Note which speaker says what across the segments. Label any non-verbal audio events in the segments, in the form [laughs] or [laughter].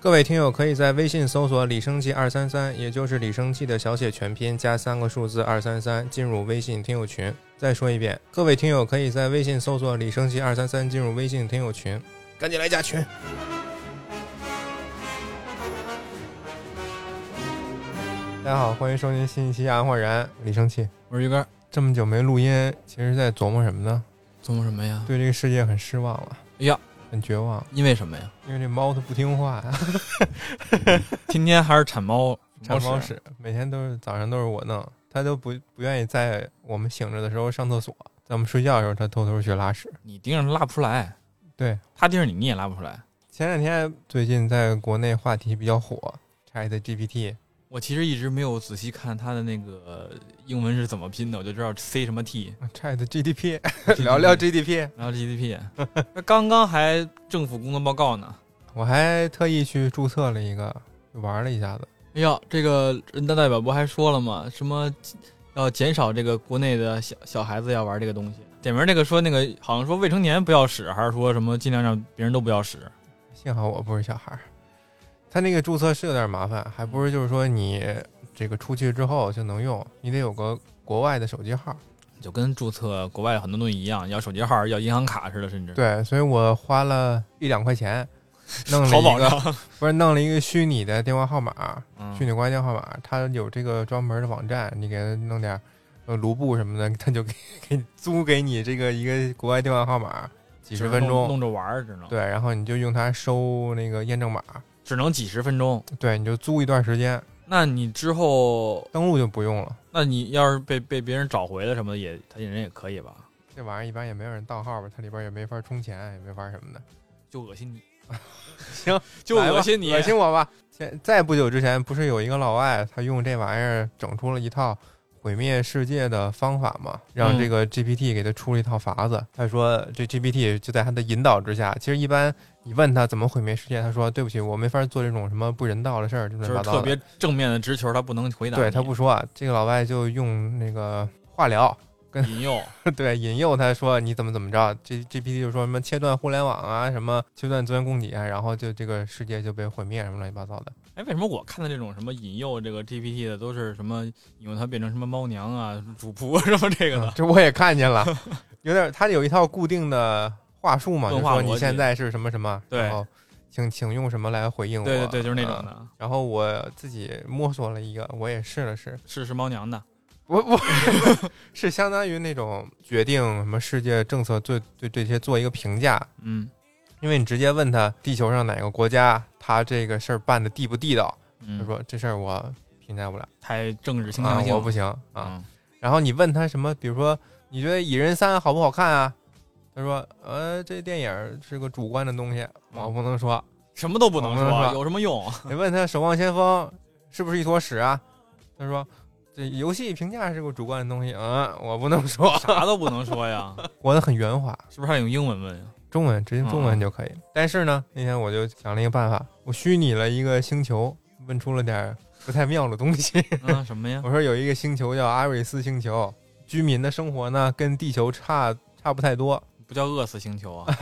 Speaker 1: 各位听友可以在微信搜索“李生记二三三”，也就是李生记的小写全拼加三个数字二三三，进入微信听友群。再说一遍，各位听友可以在微信搜索“李生记二三三”，进入微信听友群，赶紧来加群。大家好，欢迎收听新一期《安焕然》，李生气。
Speaker 2: 我是鱼竿，
Speaker 1: 这么久没录音，其实在琢磨什么呢？
Speaker 2: 琢磨什么呀？
Speaker 1: 对这个世界很失望了，
Speaker 2: 哎呀，
Speaker 1: 很绝望，
Speaker 2: 因为什么呀？
Speaker 1: 因为这猫它不听话啊呀，
Speaker 2: 天天还是铲猫，
Speaker 1: [laughs] 铲猫
Speaker 2: 屎。
Speaker 1: 屎，每天都是早上都是我弄，它都不不愿意在我们醒着的时候上厕所，在我们睡觉的时候它偷偷去拉屎。
Speaker 2: 你盯着它拉不出来，
Speaker 1: 对，
Speaker 2: 它盯着你你也拉不出来。
Speaker 1: 前两天最近在国内话题比较火，Chat GPT，
Speaker 2: 我其实一直没有仔细看它的那个英文是怎么拼的，我就知道 C 什么
Speaker 1: [laughs]
Speaker 2: T，
Speaker 1: 啊 Chat
Speaker 2: [laughs]
Speaker 1: GDP，聊聊 GDP。
Speaker 2: 然后 GDP。那刚刚还政府工作报告呢。
Speaker 1: 我还特意去注册了一个，玩了一下子。
Speaker 2: 哎呀，这个人大代表不还说了吗？什么要减少这个国内的小小孩子要玩这个东西。点名这个说那个好像说未成年不要使，还是说什么尽量让别人都不要使？
Speaker 1: 幸好我不是小孩儿。他那个注册是有点麻烦，还不是就是说你这个出去之后就能用，你得有个国外的手机号。
Speaker 2: 就跟注册国外很多东西一样，要手机号、要银行卡似的，甚至
Speaker 1: 对，所以我花了一两块钱，弄了
Speaker 2: 淘宝
Speaker 1: 一个
Speaker 2: 上、
Speaker 1: 不是弄了一个虚拟的电话号码，虚
Speaker 2: 嗯、
Speaker 1: 拟国家电话号码，它有这个专门的网站，你给它弄点儿呃卢布什么的，它就给给租给你这个一个国外电话号码，几
Speaker 2: 几
Speaker 1: 十分
Speaker 2: 弄
Speaker 1: 钟。
Speaker 2: 弄着玩儿，只能
Speaker 1: 对，然后你就用它收那个验证码，
Speaker 2: 只能几十分钟。
Speaker 1: 对，你就租一段时间，
Speaker 2: 那你之后，
Speaker 1: 登录就不用了。
Speaker 2: 那你要是被被别人找回了什么的，也他人也可以吧？
Speaker 1: 这玩意儿一般也没有人盗号吧，它里边也没法充钱，也没法什么的。
Speaker 2: 就恶心你，
Speaker 1: [laughs] 行，
Speaker 2: 就
Speaker 1: 来吧
Speaker 2: 恶心你，
Speaker 1: 恶心我吧。前在不久之前，不是有一个老外他用这玩意儿整出了一套毁灭世界的方法嘛？让
Speaker 2: 嗯
Speaker 1: 这个 GPT 给他出了一套法子。他说这 GPT 就在他的引导之下，其实一般你问他怎么毁灭世界，他说对不起，我没法做这种什么不人道的事儿，就乱
Speaker 2: 就
Speaker 1: 七
Speaker 2: 是
Speaker 1: 八糟
Speaker 2: 特
Speaker 1: 的。
Speaker 2: 别正面的直球，他不能回答你，
Speaker 1: 对他不说啊，这个老外就用那个化疗。 [laughs]
Speaker 2: 引诱，
Speaker 1: 对，引诱他说你怎么怎么着，G G P T 就说什么切断互联网啊，什么切断资源供给啊，然后就这个世界就被毁灭什么乱七八糟的。
Speaker 2: 哎，为什么我看的这种什么引诱这个 GPT 的，都是什么引诱它变成什么猫娘啊、主仆啊什么这个
Speaker 1: 嗯
Speaker 2: 的？
Speaker 1: 这我也看见了，有点他有一套固定的话术嘛，就
Speaker 2: 问话
Speaker 1: 说你
Speaker 2: 逻
Speaker 1: 现
Speaker 2: 辑
Speaker 1: 在是什么什么，
Speaker 2: 对
Speaker 1: 然后请请用什么来回应我。
Speaker 2: 对对对，就是那种
Speaker 1: 嗯
Speaker 2: 的，
Speaker 1: 然后我自己摸索了一个，我也试了试，
Speaker 2: 是是猫娘的。
Speaker 1: 我我是相当于那种决定什么世界政策对对这些做一个评价，
Speaker 2: 嗯
Speaker 1: 因为你直接问他地球上哪个国家，他这个事儿办的地不地道，他
Speaker 2: 嗯，
Speaker 1: 说这事儿我评价不了，
Speaker 2: 太政治倾
Speaker 1: 啊
Speaker 2: 向，性了，
Speaker 1: 我不行啊。
Speaker 2: 嗯，
Speaker 1: 然后你问他什么，比如说你觉得《蚁人三》好不好看啊？他说，呃，这电影是个主观的东西，我不能说。
Speaker 2: 什么都不能
Speaker 1: 我们
Speaker 2: 说
Speaker 1: 说，
Speaker 2: 有什么用？
Speaker 1: 你问他《守望先锋》是不是一坨屎啊？他说，这游戏评价是个主观的东西，嗯，我不能说。
Speaker 2: 啥都不能说呀？
Speaker 1: 活得很圆滑，
Speaker 2: [laughs] 是不是还得用英文问 [laughs] 呀？
Speaker 1: 中文直接中文就可以。但是呢，那天我就想了一个办法，我虚拟了一个星球，问出了点儿不太妙的东西。
Speaker 2: 嗯，什么呀？
Speaker 1: 我说有一个星球叫阿瑞斯星球，居民的生活呢跟地球差差不太多，
Speaker 2: 不叫饿死星球 [laughs] 啊？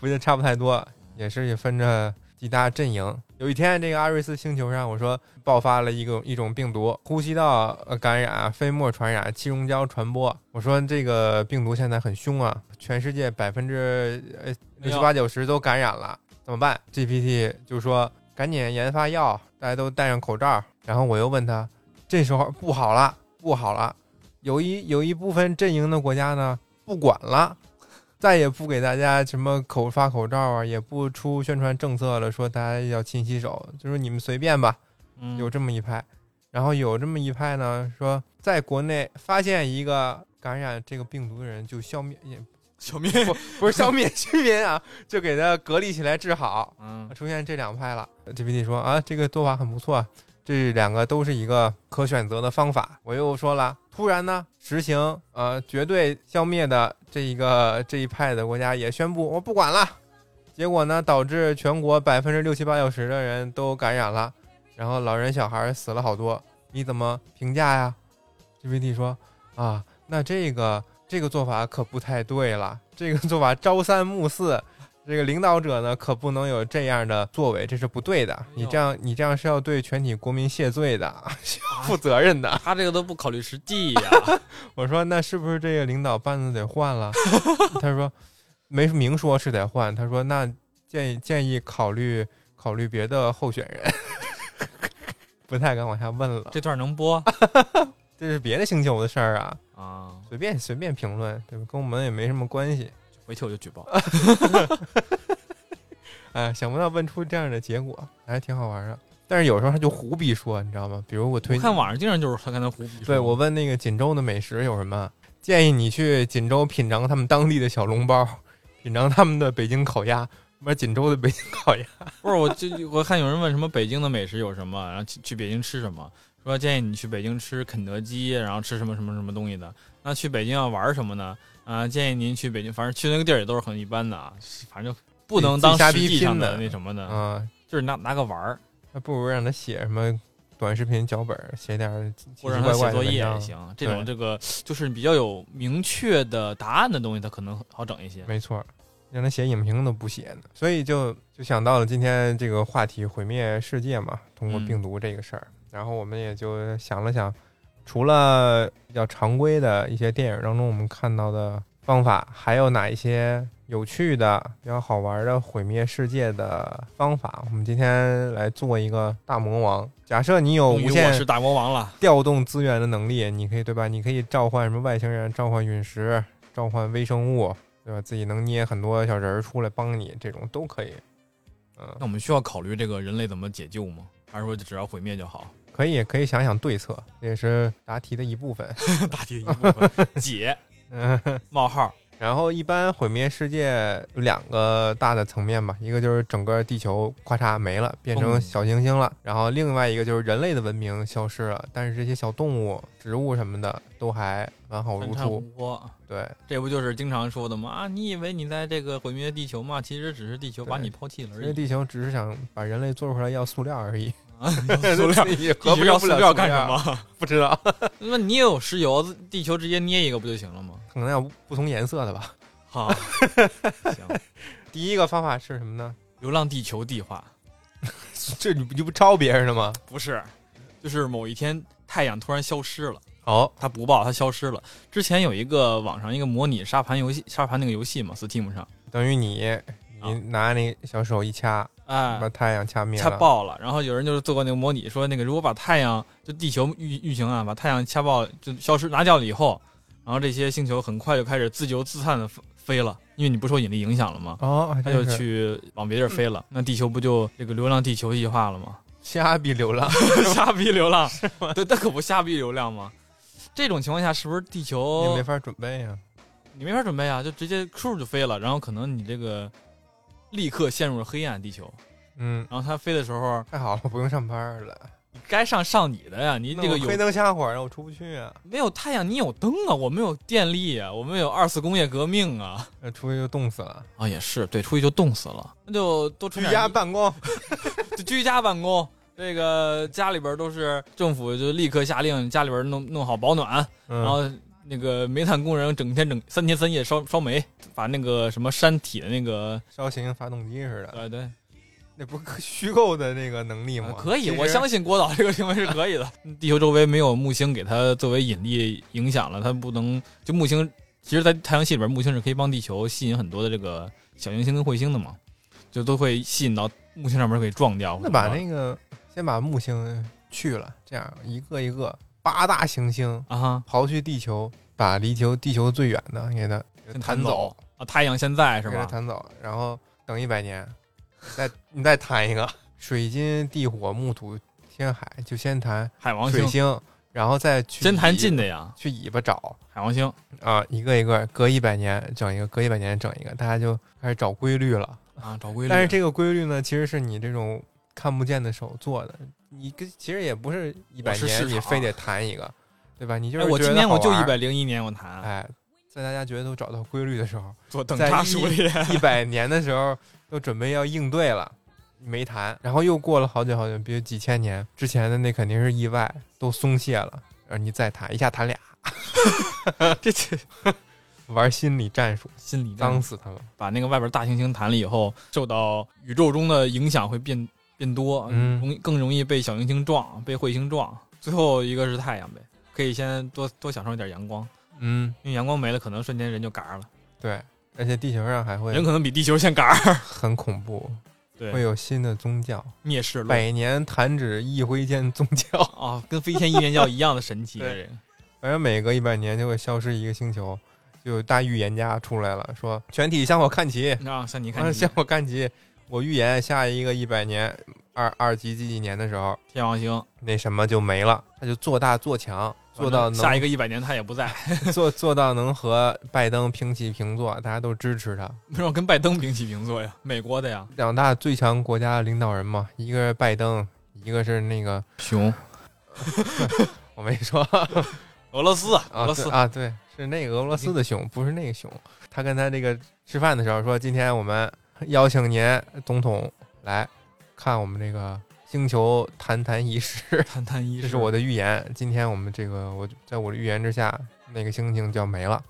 Speaker 1: 不就差不太多，也是也分着几大阵营。有一天，这个阿瑞斯星球上，我说爆发了一个一种病毒，呼吸道呃感染、飞沫传染、气溶胶传播。我说这个病毒现在很凶啊，全世界百分之呃
Speaker 2: 哎
Speaker 1: 六
Speaker 2: 呦
Speaker 1: 七八九十都感染了，怎么办？GPT 就说赶紧研发药，大家都戴上口罩。然后我又问他，这时候不好了，不好了，有一有一部分阵营的国家呢不管了。再也不给大家什么口发口罩啊，也不出宣传政策了，说大家要勤洗手，就是你们随便吧。
Speaker 2: 嗯，
Speaker 1: 有这么一派，然后有这么一派呢，说在国内发现一个感染这个病毒的人，就消灭，也
Speaker 2: 小面。
Speaker 1: 不不是消灭 [laughs] 居民啊，就给他隔离起来治好。
Speaker 2: 嗯，
Speaker 1: 出现这两派了，GPT 说啊，这个做法很不错，这两个都是一个可选择的方法。我又说了，突然呢，实行呃绝对消灭的这一个这一派的国家也宣布我不管了，结果呢，导致全国百分之六七八九十的人都感染了，然后老人小孩死了好多，你怎么评价呀？GPT 说啊，那这个这个做法可不太对了，这个做法朝三暮四。这个领导者呢，可不能有这样的作为，这是不对的。你这样，你这样是要对全体国民谢罪的， [laughs] 是要负责任的。
Speaker 2: 他这个都不考虑实际呀、
Speaker 1: 我说那是不是这个领导班子得换了？他说没明说是得换，他说那建议建议考虑考虑别的候选人， [laughs] 不太敢往下问了。
Speaker 2: [laughs] 这段能播
Speaker 1: 这是别的星球的事儿啊，
Speaker 2: 啊？
Speaker 1: 随便随便评论，对吧？跟我们也没什么关系。
Speaker 2: 回去我就举 [laughs] 报。
Speaker 1: 哎，想不到问出这样的结果，还挺好玩的。但是有时候他就胡逼说，你知道吗？比如我推
Speaker 2: 我看网上经常就是他跟他胡逼说。
Speaker 1: 对我问那个锦州的美食有什么，建议你去锦州品尝他们当地的小笼包，品尝他们的北京烤鸭，不是锦州的北京烤鸭。
Speaker 2: 不是我就我看有人问什么北京的美食有什么，然后去去北京吃什么，说建议你去北京吃肯德基，然后吃什么什么什么东西的。那去北京要玩什么呢？啊、建议您去北京，反正去那个地儿也都是很一般的啊，反正不能当
Speaker 1: 自己瞎
Speaker 2: 实
Speaker 1: 逼
Speaker 2: 际上的
Speaker 1: 拼的
Speaker 2: 那什么的，
Speaker 1: 啊，
Speaker 2: 就是拿拿个玩儿，
Speaker 1: 那不如让他写什么短视频脚本，写点儿奇奇
Speaker 2: 或者让
Speaker 1: 怪
Speaker 2: 他
Speaker 1: 怪
Speaker 2: 写
Speaker 1: 的
Speaker 2: 作业
Speaker 1: 文
Speaker 2: 也
Speaker 1: 章。
Speaker 2: 行。这种这个就是比较有明确的答案的东西，他可能好整一些。
Speaker 1: 没错儿，让他写影评都不写呢，所以就就想到了今天这个话题——毁灭世界嘛，通过
Speaker 2: 嗯
Speaker 1: 病毒这个事儿。然后我们也就想了想，除了比较常规的一些电影当中我们看到的方法，还有哪一些有趣的、比较好玩的毁灭世界的方法？我们今天来做一个大魔王。假设你有
Speaker 2: 终于
Speaker 1: 无
Speaker 2: 我
Speaker 1: 限
Speaker 2: 是大魔王了，
Speaker 1: 调动资源的能力，你可以对吧？你可以召唤什么外星人，召唤陨石，召唤微生物，对吧？自己能捏很多小人儿出来帮你，这种都可以。嗯，
Speaker 2: 那我们需要考虑这个人类怎么解救吗？还是说只要毁灭就好？
Speaker 1: 可以，可以想想对策，这也是答题的一部分。
Speaker 2: 大题一部分
Speaker 1: [laughs]
Speaker 2: 解
Speaker 1: 嗯，
Speaker 2: 冒号
Speaker 1: 然后一般毁灭世界有两个大的层面吧，一个就是整个地球咔嚓没了，变成
Speaker 2: 嗯
Speaker 1: 小行星了；然后另外一个就是人类的文明消失了，但是这些小动物、植物什么的都还完好
Speaker 2: 反
Speaker 1: 如
Speaker 2: 差
Speaker 1: 初。
Speaker 2: 无波，
Speaker 1: 对，
Speaker 2: 这不就是经常说的吗？啊，你以为你在这个毁灭地球吗？其实只是地球把
Speaker 1: 对
Speaker 2: 你抛弃了而
Speaker 1: 因为
Speaker 2: 已。
Speaker 1: 地球只是想把人类做出来要塑料而已，，
Speaker 2: 啊，塑
Speaker 1: [laughs]
Speaker 2: 料
Speaker 1: 也
Speaker 2: 地
Speaker 1: 合
Speaker 2: 球
Speaker 1: 不
Speaker 2: 要
Speaker 1: 了
Speaker 2: 塑
Speaker 1: 料
Speaker 2: 料
Speaker 1: [laughs]
Speaker 2: 干什？么？
Speaker 1: 不知道，
Speaker 2: 那你也有石油，地球直接捏一个不就行了吗？
Speaker 1: 可能要不同颜色的吧。
Speaker 2: 好，行，
Speaker 1: 第一个方法是什么
Speaker 2: [laughs]
Speaker 1: 呢？
Speaker 2: 流浪地球地化
Speaker 1: 这你不你不抄别人的吗？
Speaker 2: 不是，就是某一天太阳突然消失了。
Speaker 1: 哦，
Speaker 2: 它不报，它消失了。之前有一个网上一个模拟沙盘游戏，沙盘那个游戏嘛，Steam 上，
Speaker 1: 等于你
Speaker 2: 啊
Speaker 1: 你拿那小手一掐，
Speaker 2: 哎，
Speaker 1: 把太阳掐灭
Speaker 2: 掐
Speaker 1: 了。
Speaker 2: 爆了。然后有人就是做过那个模拟，说那个如果把太阳就地球运运行啊，把太阳掐爆就消失拿掉了以后，然后这些星球很快就开始自由自散的飞了，因为你不受引力影响了吗？
Speaker 1: 哦，还
Speaker 2: 它
Speaker 1: 真
Speaker 2: 就是去往别地儿飞了，那地球不就这个流浪地球计划了 [laughs] 吗？
Speaker 1: 瞎比流浪。
Speaker 2: 瞎逼流浪，对，它可不瞎逼流浪吗？这种情况下，是不是地球
Speaker 1: 你没法准备啊呀、
Speaker 2: 你没法准备啊，就直接咻就飞了，然后可能你这个立刻陷入了黑暗地球，
Speaker 1: 嗯，
Speaker 2: 然后它飞的时候，
Speaker 1: 太好了，我不用上班了。
Speaker 2: 你该上上你的呀，你
Speaker 1: 那
Speaker 2: 这个
Speaker 1: 我
Speaker 2: 有
Speaker 1: 黑灯瞎火的，我出不去啊，
Speaker 2: 没有太阳，你有灯啊，我们有电力啊，我们有二次工业革命啊，
Speaker 1: 呃出去就冻死了。
Speaker 2: 啊也是，对，出去就冻死了，那就多
Speaker 1: 居
Speaker 2: 穿点
Speaker 1: 家
Speaker 2: 衣
Speaker 1: 办公，
Speaker 2: 就居家办公，这个家里边都是政府就立刻下令，家里边弄弄好保暖，
Speaker 1: 然
Speaker 2: 然后那个煤炭工人整天整三天三夜烧烧煤，把那个什么山体的那个
Speaker 1: 烧型发动机似的，
Speaker 2: 呃对。
Speaker 1: 那不是 [laughs] 虚构的那个能力吗？
Speaker 2: 啊可以，
Speaker 1: 其
Speaker 2: 我
Speaker 1: 实
Speaker 2: 相信郭导这个行为是可以的。地球周围没有木星给它作为引力影响了，它不能就木星。其实，在太阳系里边，木星是可以帮地球吸引很多的这个小行星跟彗星的嘛，就都会吸引到木星上面给撞掉。
Speaker 1: 那把
Speaker 2: 或者
Speaker 1: 那个先把木星去了，这样一个一个八大行星
Speaker 2: 啊哈
Speaker 1: 刨去地球，把离球地球最远的给它
Speaker 2: 先
Speaker 1: 弹
Speaker 2: 弹走，啊，太阳现在是
Speaker 1: 给它
Speaker 2: 吧？
Speaker 1: 弹走，然后等一百年，再你再弹一个水金地火木土天海，就先弹
Speaker 2: 海王
Speaker 1: 水
Speaker 2: 星
Speaker 1: 星，然后再去
Speaker 2: 先弹
Speaker 1: 尾
Speaker 2: 近的呀，
Speaker 1: 去尾巴找
Speaker 2: 海王星
Speaker 1: 啊，一个一个隔一百年整一个，隔一百年整一个，大家就开始找规律了。
Speaker 2: 啊，找规律。
Speaker 1: 但是这个规律呢，其实是你这种看不见的手做的。你跟其实也不是一百
Speaker 2: 我是
Speaker 1: 年，
Speaker 2: 市
Speaker 1: 你
Speaker 2: 场
Speaker 1: 非得谈一个，对吧？你就
Speaker 2: 哎，
Speaker 1: 是
Speaker 2: 我
Speaker 1: 觉
Speaker 2: 今
Speaker 1: 得
Speaker 2: 年我
Speaker 1: 好
Speaker 2: 就
Speaker 1: 玩
Speaker 2: 一
Speaker 1: 儿
Speaker 2: 百零一年我弹，
Speaker 1: 哎，在大家觉得都找到规律的时候，
Speaker 2: 做等
Speaker 1: 在
Speaker 2: 差
Speaker 1: 一 [laughs]
Speaker 2: 数列。
Speaker 1: 一百年的时候都准备要应对了，没谈，然后又过了好久好久，比如几千年之前的那肯定是意外，都松懈了，然后你再谈一下谈俩，
Speaker 2: 这这
Speaker 1: 玩心理战术，
Speaker 2: 心理
Speaker 1: 脏死他们。
Speaker 2: 把那个外边大行星弹了以后，受到宇宙中的影响会变变多，
Speaker 1: 嗯
Speaker 2: 容易更容易被小行星撞，被彗星撞。最后一个是太阳呗，可以先多多享受一点阳光，
Speaker 1: 嗯，
Speaker 2: 因为阳光没了，可能瞬间人就嘎儿了，
Speaker 1: 对，而且地球上还会
Speaker 2: 人可能比地球先嘎儿。
Speaker 1: 很恐怖，会
Speaker 2: 对，
Speaker 1: 有新的宗教，
Speaker 2: 灭世论
Speaker 1: 百年弹指一挥间宗教，
Speaker 2: 啊，跟飞天一元教一样的神奇。
Speaker 1: 对
Speaker 2: 这个
Speaker 1: 反正每隔一百年就会消失一个星球，就有大预言家出来了，说全体向我看齐，
Speaker 2: 啊，像你看
Speaker 1: 啊，
Speaker 2: 你，
Speaker 1: 向我看齐，我预言下一个一百年二二级几几年的时候，
Speaker 2: 天王星
Speaker 1: 那什么就没了，他就做大做强，做到
Speaker 2: 反正下一
Speaker 1: 能
Speaker 2: 个一百年他也不在，
Speaker 1: [laughs] 做做到能和拜登平起平坐，大家都支持他。
Speaker 2: 没有跟拜登平起平坐呀，美国的呀，
Speaker 1: 两大最强国家的领导人嘛，一个是拜登，一个是那个
Speaker 2: 熊，
Speaker 1: 啊我没说
Speaker 2: 俄罗斯，俄
Speaker 1: 啊，
Speaker 2: 罗
Speaker 1: 对
Speaker 2: 斯，
Speaker 1: 啊，对，是那个俄罗斯的熊，不是那个熊。他跟他这个吃饭的时候说，今天我们邀请您总统来看我们这个星球谈谈仪
Speaker 2: [laughs]
Speaker 1: 式，
Speaker 2: 谈谈一，
Speaker 1: 这是我的预言。今天我们这个我在我的预言之下，那个星星就要没了。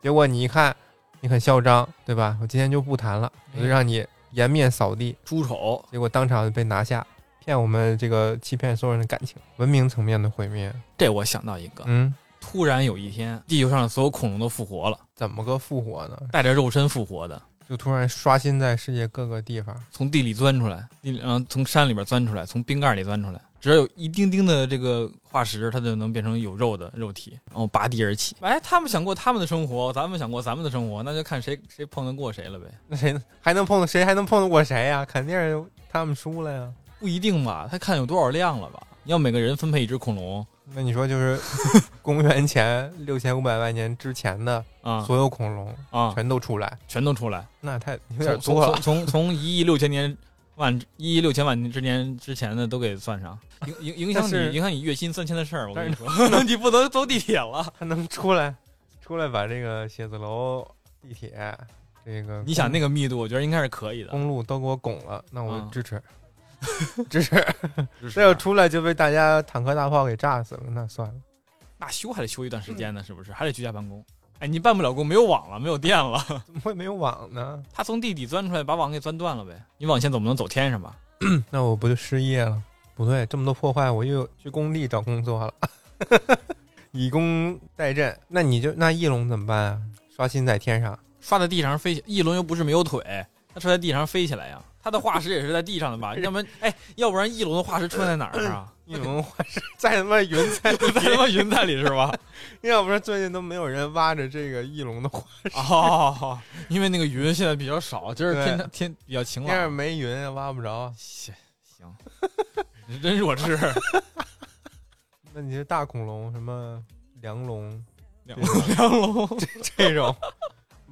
Speaker 1: 结果你一看，你很嚣张，对吧？我今天就不谈了，我就
Speaker 2: 哎
Speaker 1: 让你颜面扫地。
Speaker 2: 猪丑，
Speaker 1: 结果当场就被拿下，骗我们这个欺骗所有人的感情，文明层面的毁灭。
Speaker 2: 这我想到一个，
Speaker 1: 嗯，
Speaker 2: 突然有一天，地球上的所有恐龙都复活了，
Speaker 1: 怎么个复活呢？
Speaker 2: 带着肉身复活的，
Speaker 1: 就突然刷新在世界各个地方。
Speaker 2: 从地里钻出来，地里嗯、从山里边钻出来，从冰盖里钻出来，只要有一丁丁的这个化石，它就能变成有肉的肉体，然后拔地而起。哎，他们想过他们的生活，咱们想过咱们的生活，那就看谁谁碰得过谁了呗。
Speaker 1: 那谁还能碰谁还能碰得过谁呀、肯定是他们输了呀。
Speaker 2: 不一定吧，他看有多少量了吧？要每个人分配一只恐龙
Speaker 1: 那你说就是 [laughs] 公元前六千五百万年之前的
Speaker 2: 啊
Speaker 1: 所有恐龙
Speaker 2: 啊，
Speaker 1: 全都出来，
Speaker 2: 全都出来，
Speaker 1: 那太有点
Speaker 2: 从
Speaker 1: 多啊
Speaker 2: 从
Speaker 1: 了。
Speaker 2: 从从一亿六千年万一亿六千万年之年之前的都给算上，影影影响
Speaker 1: 但是
Speaker 2: 你影响你月薪三千的事儿，我
Speaker 1: 但
Speaker 2: 跟
Speaker 1: 是
Speaker 2: 你说， [laughs] 你不能坐地铁了。
Speaker 1: 他能出来，出来把这个写字楼、地铁、这个
Speaker 2: 你想那
Speaker 1: 个
Speaker 2: 个密度，我觉得应该是可以的。
Speaker 1: 公路都给我拱了，那我
Speaker 2: 嗯
Speaker 1: 支 [laughs] 持，支持。
Speaker 2: 就是
Speaker 1: 这要出来就被大家坦克大炮给炸死了，那算了。
Speaker 2: 那休还得休一段时间
Speaker 1: 嗯
Speaker 2: 呢，是不是？还得居家办公。哎，你办不了工，没有网了，没有电了。 [laughs]
Speaker 1: 怎么会没有网呢？
Speaker 2: 他从地底钻出来，把网给钻断了呗。你网线总不能走天上吧？
Speaker 1: 那我不就失业了？不对，这么多破坏，我又去工地找工作了， [laughs] 以工代赈。那你就那翼龙怎么办啊？刷新在天上，
Speaker 2: 刷在地上飞起，翼龙又不是没有腿，它摔在地上飞起来呀。它的化石也是在地上
Speaker 1: [laughs]
Speaker 2: 的吧？要不然，哎，要不然翼龙的化石出现在哪儿啊？
Speaker 1: 翼龙化石 [laughs] 在他妈云彩里，
Speaker 2: 在他妈云彩里是吧？
Speaker 1: 要不然最近都没有人挖着这个翼龙的啊化石。
Speaker 2: 哦，因为那个云现在比较少，今儿
Speaker 1: 对
Speaker 2: 天天比较晴
Speaker 1: 要是
Speaker 2: 朗。
Speaker 1: 没云挖不着，啊
Speaker 2: 行行，你 [laughs] 真
Speaker 1: [laughs]
Speaker 2: 弱智。
Speaker 1: 那你这大恐龙什么梁龙
Speaker 2: 梁梁龙，
Speaker 1: 这种，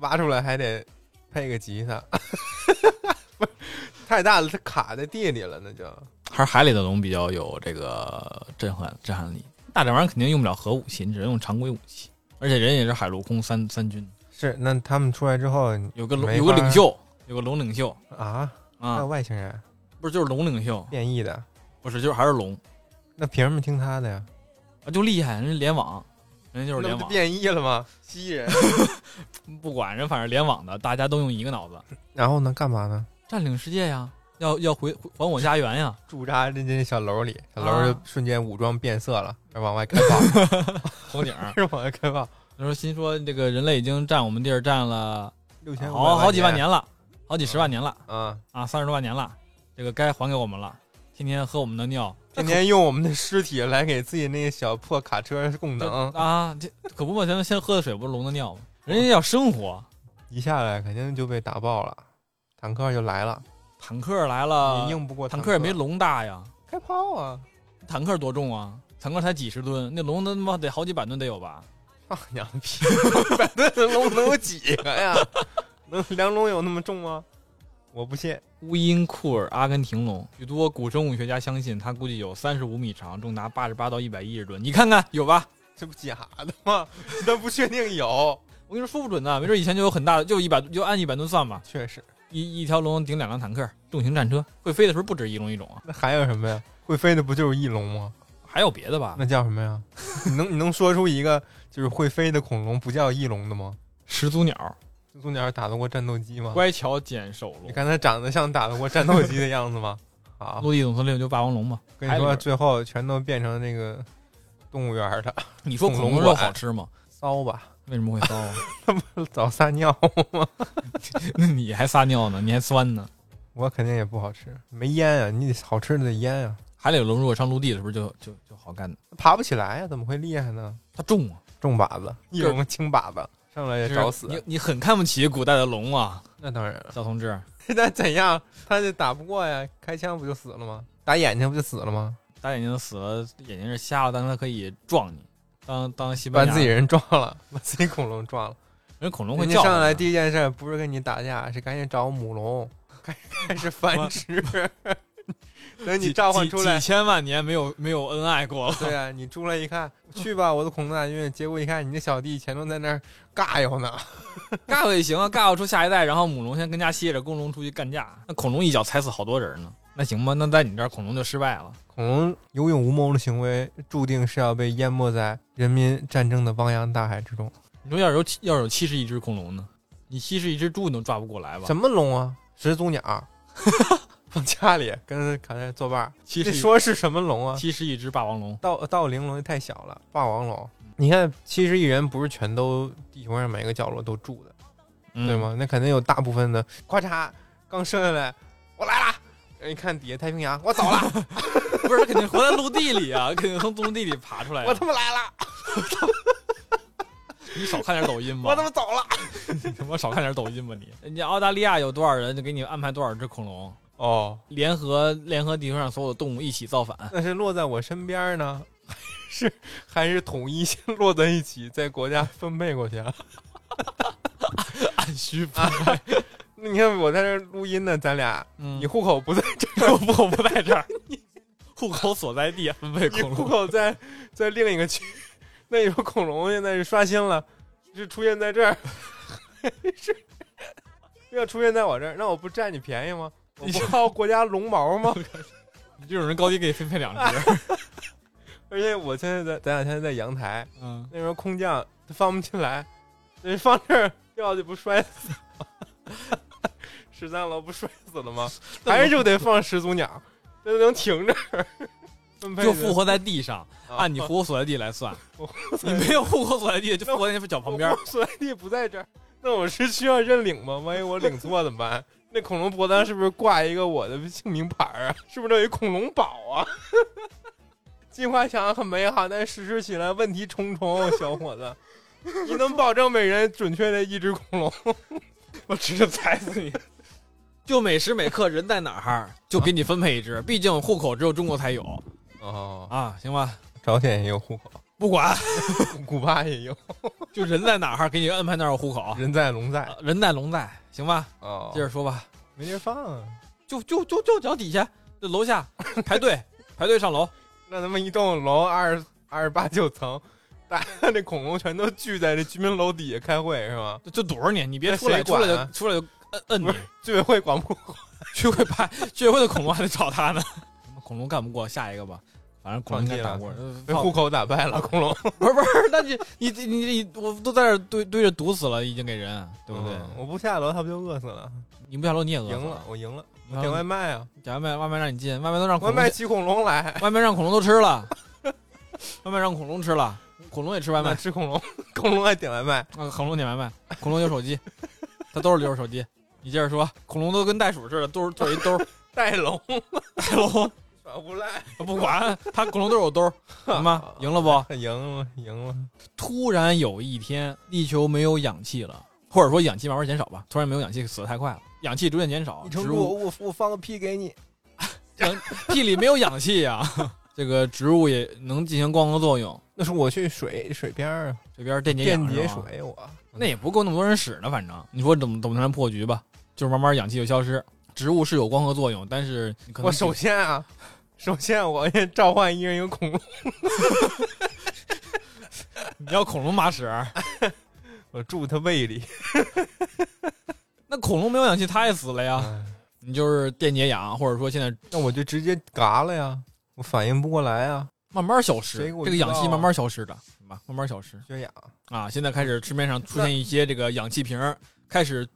Speaker 1: 挖出来还得配个吉他， [laughs] 不是太大了，它卡在地里了，那就。
Speaker 2: 还是海里的龙比较有这个震撼震撼力。大这玩意儿肯定用不了核武器，你只能用常规武器。而且人也是海陆空三三军，
Speaker 1: 是，那他们出来之后
Speaker 2: 有个
Speaker 1: 没
Speaker 2: 龙
Speaker 1: 法
Speaker 2: 有个领袖，有个龙领袖
Speaker 1: 啊，还有
Speaker 2: 啊，
Speaker 1: 外星人
Speaker 2: 不是就是龙领袖，
Speaker 1: 变异的，
Speaker 2: 不是就是还是龙
Speaker 1: 那凭什么听他的呀？
Speaker 2: 啊，就厉害，人家联网，人家就是
Speaker 1: 那
Speaker 2: 联
Speaker 1: 不就
Speaker 2: 网，
Speaker 1: 变异了吗？蜥蜴人。
Speaker 2: 不管人反正联网的，大家都用一个脑子
Speaker 1: 然后呢，干嘛呢？
Speaker 2: 占领世界呀，要要回回还我家园呀，
Speaker 1: 驻扎人家小楼里，小
Speaker 2: 啊
Speaker 1: 楼就瞬间武装变色了，往外开
Speaker 2: [laughs]
Speaker 1: 炮，
Speaker 2: 头顶儿。
Speaker 1: 是往外开炮，
Speaker 2: 那时候心说这个人类已经占我们地儿占了
Speaker 1: 六千
Speaker 2: 好好几万
Speaker 1: 年
Speaker 2: 年了，好几十万年了。
Speaker 1: 啊！
Speaker 2: 啊，三十多万年了，这个该还给我们了。天天喝我们的尿，
Speaker 1: 天天用我们的尸体来给自己那个小破卡车供
Speaker 2: 这 [laughs]
Speaker 1: 能，
Speaker 2: 啊，这可不嘛，咱们先喝的水不是龙的尿吗？人家要生活，
Speaker 1: 一下来肯定就被打爆了，坦克就来了，
Speaker 2: 坦克来了
Speaker 1: 你，硬不过
Speaker 2: 啊坦
Speaker 1: 克
Speaker 2: 克也没龙大呀，
Speaker 1: 开炮啊！ [laughs]
Speaker 2: 坦克多重啊？坦克才几十吨，那龙他妈得好几百吨得有吧？
Speaker 1: 放羊屁！
Speaker 2: [laughs]
Speaker 1: 百吨的龙能有几个呀？ [laughs] 能梁龙有那么重吗？我不信。
Speaker 2: 乌因库尔阿根廷龙，许多古生物学家相信它估计有三十五米长，重达八十八到一百一十吨。你看看有吧？
Speaker 1: 这不假的吗？那不确定有，
Speaker 2: 我跟你说说不准呢，没准以前就有很大的，就一百就按一百吨算吧。
Speaker 1: 确实。
Speaker 2: 一一条龙顶两辆坦克，重型战车，会飞的时候不止一龙一种啊，
Speaker 1: 那还有什么呀？会飞的不就是翼龙吗？
Speaker 2: 还有
Speaker 1: 啊嗯
Speaker 2: 别的吧？
Speaker 1: [laughs] 那叫什么呀？你能你能说出一个就是会飞的恐龙不叫翼龙的吗？
Speaker 2: 始祖鸟，
Speaker 1: 始祖鸟打得过战斗机吗？
Speaker 2: 乖巧捡手
Speaker 1: 你
Speaker 2: 龙，
Speaker 1: 看它长得像打得过战斗机的样子吗？啊，
Speaker 2: 陆地总司令就霸王
Speaker 1: [laughs]
Speaker 2: 龙嘛。
Speaker 1: 跟你
Speaker 2: 海里
Speaker 1: 说，
Speaker 2: 边
Speaker 1: 最后全都变成那个动物园儿的
Speaker 2: 你说
Speaker 1: 恐
Speaker 2: 恐
Speaker 1: 龙
Speaker 2: 龙肉
Speaker 1: 馆
Speaker 2: 好吃吗？
Speaker 1: 骚吧，
Speaker 2: 为什么会骚啊？ [laughs]
Speaker 1: 早撒尿，
Speaker 2: 那你还撒尿呢？你还酸呢？
Speaker 1: 我肯定也不好吃，没烟啊，你得好吃的得腌啊，
Speaker 2: 海里龙如果上陆地了，是不是就就就好干呢？
Speaker 1: 爬不起来呀、啊怎么会厉害呢？
Speaker 2: 它重啊，
Speaker 1: 重靶子，一
Speaker 2: 个儿
Speaker 1: 种轻靶子，上来
Speaker 2: 就
Speaker 1: 就是找死。
Speaker 2: 你你很看不起古代的龙啊，
Speaker 1: 那当然了，
Speaker 2: 小同志，
Speaker 1: [laughs] 那怎样？他就打不过呀，开枪不就死了吗？打眼睛不就死了吗？
Speaker 2: 大眼睛死了，眼睛是瞎了，但是它可以撞你。当当西
Speaker 1: 把
Speaker 2: 班牙
Speaker 1: 自己人撞 [laughs] 了，把自己恐龙撞了。
Speaker 2: 人恐龙会
Speaker 1: 人
Speaker 2: 叫啊
Speaker 1: 家上
Speaker 2: 唤
Speaker 1: 来
Speaker 2: 的
Speaker 1: 第一件事不是跟你打架，是赶紧找母龙， [laughs] 开开始繁 [laughs] 殖。等你
Speaker 2: 几
Speaker 1: 召唤
Speaker 2: 几
Speaker 1: 出来
Speaker 2: 几，千万年没有没有恩爱过
Speaker 1: [laughs]
Speaker 2: [laughs] 了。
Speaker 1: 对啊，你出来一看，去吧，我的恐龙大军。结果一看，你那小弟乾隆在那儿尬游呢，
Speaker 2: 尬我也行啊，尬我出下一代，然后母龙先跟家歇着，公龙出去干架。那恐龙一脚踩死好多人呢。那行吧，那在你这儿恐龙就失败了。
Speaker 1: [laughs] 恐龙有勇无谋的行为，注定是要被淹没在人民战争的汪洋大海之中。
Speaker 2: 你说要有七要有七十亿只恐龙呢，你七十亿只猪你都抓不过来吧？
Speaker 1: 什么龙啊？始祖鸟， [laughs] 放家里跟卡在作伴 [laughs] 儿。
Speaker 2: 七
Speaker 1: 这
Speaker 2: 十亿
Speaker 1: 说是什么龙啊？
Speaker 2: 七十亿只霸王龙，
Speaker 1: 盗盗灵龙太小了，霸王龙。你看，七十亿人不是全都地球上每个角落都住的，
Speaker 2: 嗯
Speaker 1: 对？吗？那肯定有大部分的，咔嚓，刚生下来，我来啦！一看底下太平洋，我走了， [laughs]
Speaker 2: 不是，它肯定活在陆地里啊，肯定从陆地里爬出来、
Speaker 1: 我
Speaker 2: 啊
Speaker 1: 他。妈来了，
Speaker 2: 你少看点抖音吧，
Speaker 1: 我他妈走了。
Speaker 2: 你他妈少看点抖音吧你。人家澳大利亚有多少人就给你安排多少只恐龙，
Speaker 1: 哦，
Speaker 2: 联合联合地球上所有的动物一起造反。
Speaker 1: 那是落在我身边呢，还是还是统一先落在一起，在国家分配过去啊？
Speaker 2: 按需啊吧，
Speaker 1: 那 [laughs] 你看我在这儿录音呢，咱俩，
Speaker 2: 嗯
Speaker 1: 你户口不在这儿，
Speaker 2: [laughs] 我不我不在这 [laughs] 儿，户口所在地啊
Speaker 1: [laughs]
Speaker 2: 分配
Speaker 1: 你
Speaker 2: 恐
Speaker 1: 户
Speaker 2: 龙。
Speaker 1: 口在在另一个区， [laughs] 那有恐龙现在是刷新了，是出现在这儿， [laughs] 是要出现在我这儿，那我不占你便宜吗？我
Speaker 2: 你
Speaker 1: 不薅国家龙毛吗？ [laughs]
Speaker 2: 你这种人高低给你分配两只， [laughs]
Speaker 1: 而且我现在在，咱俩现在在阳台，
Speaker 2: 嗯，
Speaker 1: 那时候空降他放不进来，那放这儿掉下去不摔死吗？十三楼不摔死了
Speaker 2: [laughs]
Speaker 1: 吗？还是就得放始祖鸟，这能停这儿？ [laughs]
Speaker 2: 就复活在地上，
Speaker 1: 啊
Speaker 2: [laughs] 按你户口所在地来算。你
Speaker 1: 你
Speaker 2: 没有户口所在地，就复活在你脚 [laughs] 旁边
Speaker 1: 我。 [laughs] 所在地不在这儿，那我是需要认领吗？万一我领错怎么办？ [laughs] 那恐龙脖子上是不是挂一个我的姓名牌啊？ [laughs] 是不是得有一恐龙宝啊？ [laughs] 计划想得很美好，但实施起来问题重重，小伙子，你能保证每人准确的一只恐龙？ [laughs] 我直接踩死你！
Speaker 2: 就每时每刻人在哪儿，就给你分配一只。毕竟户口只有中国才有
Speaker 1: 哦，
Speaker 2: 啊，行吧？
Speaker 1: 朝鲜也有户口，
Speaker 2: 不管，
Speaker 1: 古巴也有，
Speaker 2: 就人在哪儿，给你安排那儿有户口。
Speaker 1: 人在龙在
Speaker 2: 啊人在龙在，行吧？
Speaker 1: 哦
Speaker 2: 接着说吧，
Speaker 1: 没地儿放啊。
Speaker 2: 就就就就脚底下，就楼下排队排队上楼，
Speaker 1: 那他妈一栋楼二二十八九层， [laughs] 大家那恐龙全都聚在这居民楼底下开会是吗？
Speaker 2: 就就堵着你，你别
Speaker 1: 那
Speaker 2: 出来，
Speaker 1: 谁
Speaker 2: 出来
Speaker 1: 管
Speaker 2: 就
Speaker 1: 啊
Speaker 2: 出来就摁摁
Speaker 1: 不
Speaker 2: 你
Speaker 1: 是。居委会管不管？
Speaker 2: 居委会拍居委会的恐龙还得找他呢。 [laughs] 恐龙干不过，下一个吧。反正恐龙应该打不过。呃
Speaker 1: 被
Speaker 2: 放
Speaker 1: 户口打败了， [laughs] 恐龙
Speaker 2: 不是 [laughs] 不是，那你你你你，我都在这儿堆堆着堵死了，已经给人，对不对？
Speaker 1: 嗯我不下楼，他不就饿死了？
Speaker 2: 你不下楼你也饿
Speaker 1: 赢
Speaker 2: 死
Speaker 1: 了，，我赢了，
Speaker 2: 你
Speaker 1: 我点外
Speaker 2: 看
Speaker 1: 卖啊！
Speaker 2: 点外卖，外卖让你进，外卖都让
Speaker 1: 外
Speaker 2: 恐龙
Speaker 1: 卖
Speaker 2: 进，
Speaker 1: 骑啊恐龙来，
Speaker 2: 外卖让恐龙都吃了， [laughs] 外卖让恐龙吃了，恐龙也吃外
Speaker 1: 那
Speaker 2: 卖，
Speaker 1: 吃恐龙， [laughs] 恐龙还点外卖，
Speaker 2: 啊，恐龙点外卖，恐龙有手机， [laughs] 它都是留着手机。你接着说，恐龙都跟袋鼠似的，都是做一兜 [laughs] 儿，
Speaker 1: 带龙
Speaker 2: 袋龙
Speaker 1: 耍无赖，
Speaker 2: 不管它，恐龙都是有兜儿，行 [laughs] 吗？赢了
Speaker 1: [laughs]
Speaker 2: 不？
Speaker 1: 赢了，赢了，
Speaker 2: 突然有一天，地球没有氧气了，或者说氧气慢慢减少吧。突然没有氧气，死的太快了，氧气逐渐减少，植物
Speaker 1: 我我放个屁给你，
Speaker 2: [laughs] 屁里没有氧气呀、 [laughs] 这个植物也能进行光合作用，
Speaker 1: 那是我去水水边儿啊
Speaker 2: 这边电解
Speaker 1: 电
Speaker 2: 氧
Speaker 1: 解
Speaker 2: 是吧，
Speaker 1: 水，我
Speaker 2: 那也不够那么多人使呢。反正你说怎么怎么能破局吧？就是慢慢氧气就消失。植物是有光合作用，但是你可能
Speaker 1: 我首先啊，首先我先召唤一人一个恐龙，
Speaker 2: 你要恐龙把屎，
Speaker 1: 我住它胃里
Speaker 2: 那恐龙没有氧气，它也死了呀。
Speaker 1: 啊，
Speaker 2: 你就是电解氧，或者说现在
Speaker 1: [laughs] 那我就直接嘎了呀，我反应不过来啊。
Speaker 2: 慢慢消失，
Speaker 1: 谁给我
Speaker 2: 这个氧
Speaker 1: 知道
Speaker 2: 气
Speaker 1: 啊
Speaker 2: 慢慢消失的。行吧，慢慢消失
Speaker 1: 缺氧，
Speaker 2: 啊。现在开始市面上出现一些这个氧气瓶儿，开始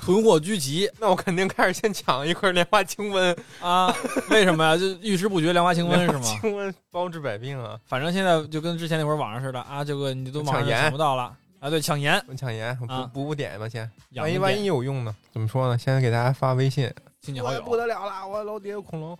Speaker 2: 囤货居奇
Speaker 1: 那我肯定开始先抢一块莲花清瘟，
Speaker 2: 啊。 [laughs] 为什么呀？就遇事不决，莲花清瘟是
Speaker 1: 莲花
Speaker 2: 吗？
Speaker 1: 清瘟包治百病啊！
Speaker 2: 反正现在就跟之前那会儿网上似的啊，这个你都网上
Speaker 1: 抢
Speaker 2: 就
Speaker 1: 盐
Speaker 2: 抢不到了啊。对，抢盐，
Speaker 1: 我抢盐，我补
Speaker 2: 啊
Speaker 1: 补补点吧先，
Speaker 2: 养
Speaker 1: 万一
Speaker 2: 着
Speaker 1: 万
Speaker 2: 点
Speaker 1: 一有用呢？怎么说呢？先给大家发微信，
Speaker 2: 亲戚好
Speaker 1: 我不
Speaker 2: 友
Speaker 1: 得了了，我楼底下有恐龙，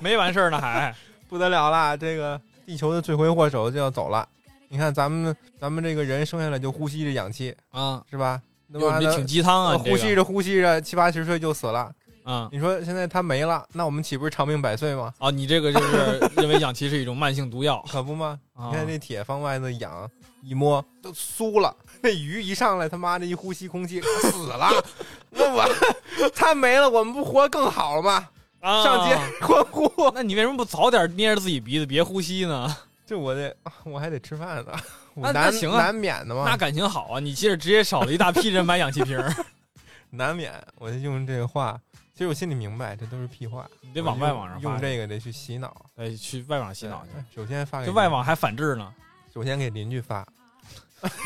Speaker 2: 没完事儿呢还。
Speaker 1: 不得了了，这个地球的罪魁祸首就要走了。你看咱们咱们这个人生下来就呼吸着氧气，
Speaker 2: 啊，
Speaker 1: 是吧？他
Speaker 2: 哟
Speaker 1: 妈
Speaker 2: 你这
Speaker 1: 的
Speaker 2: 挺鸡汤啊，
Speaker 1: 呃
Speaker 2: 你这
Speaker 1: 呼
Speaker 2: 个
Speaker 1: 吸着呼吸着，七八十岁就死了。
Speaker 2: 啊
Speaker 1: 你说现在他没了，那我们岂不是长命百岁吗？
Speaker 2: 啊，你这个就是认为氧气是一种慢性毒药
Speaker 1: 可不吗？
Speaker 2: 啊
Speaker 1: [laughs] 你看那铁放外头痒，一摸都酥了。 [laughs] 那鱼一上来，他妈的一呼吸空气死了。 [laughs] 那我他没了，我们不活更好了吗？
Speaker 2: 啊
Speaker 1: 上街 [laughs] 欢呼！
Speaker 2: 那你为什么不早点捏着自己鼻子别呼吸呢？
Speaker 1: 这我得，啊我还得吃饭呢，
Speaker 2: 那
Speaker 1: [laughs] 我
Speaker 2: 那
Speaker 1: 难
Speaker 2: 行啊
Speaker 1: 难免的
Speaker 2: 那
Speaker 1: 嘛，
Speaker 2: 感情好啊，你接着直接少了一大批人买氧气瓶儿，
Speaker 1: 难免。我就用这个话，其实我心里明白，这都是屁话。
Speaker 2: 你得往外网上
Speaker 1: 用用
Speaker 2: 发，
Speaker 1: 这个得去洗脑，哎
Speaker 2: 哎，去外网洗脑去。
Speaker 1: 首先发给
Speaker 2: 这外
Speaker 1: 邻，
Speaker 2: 网还反制 [laughs] 呢，
Speaker 1: 首先给邻居发，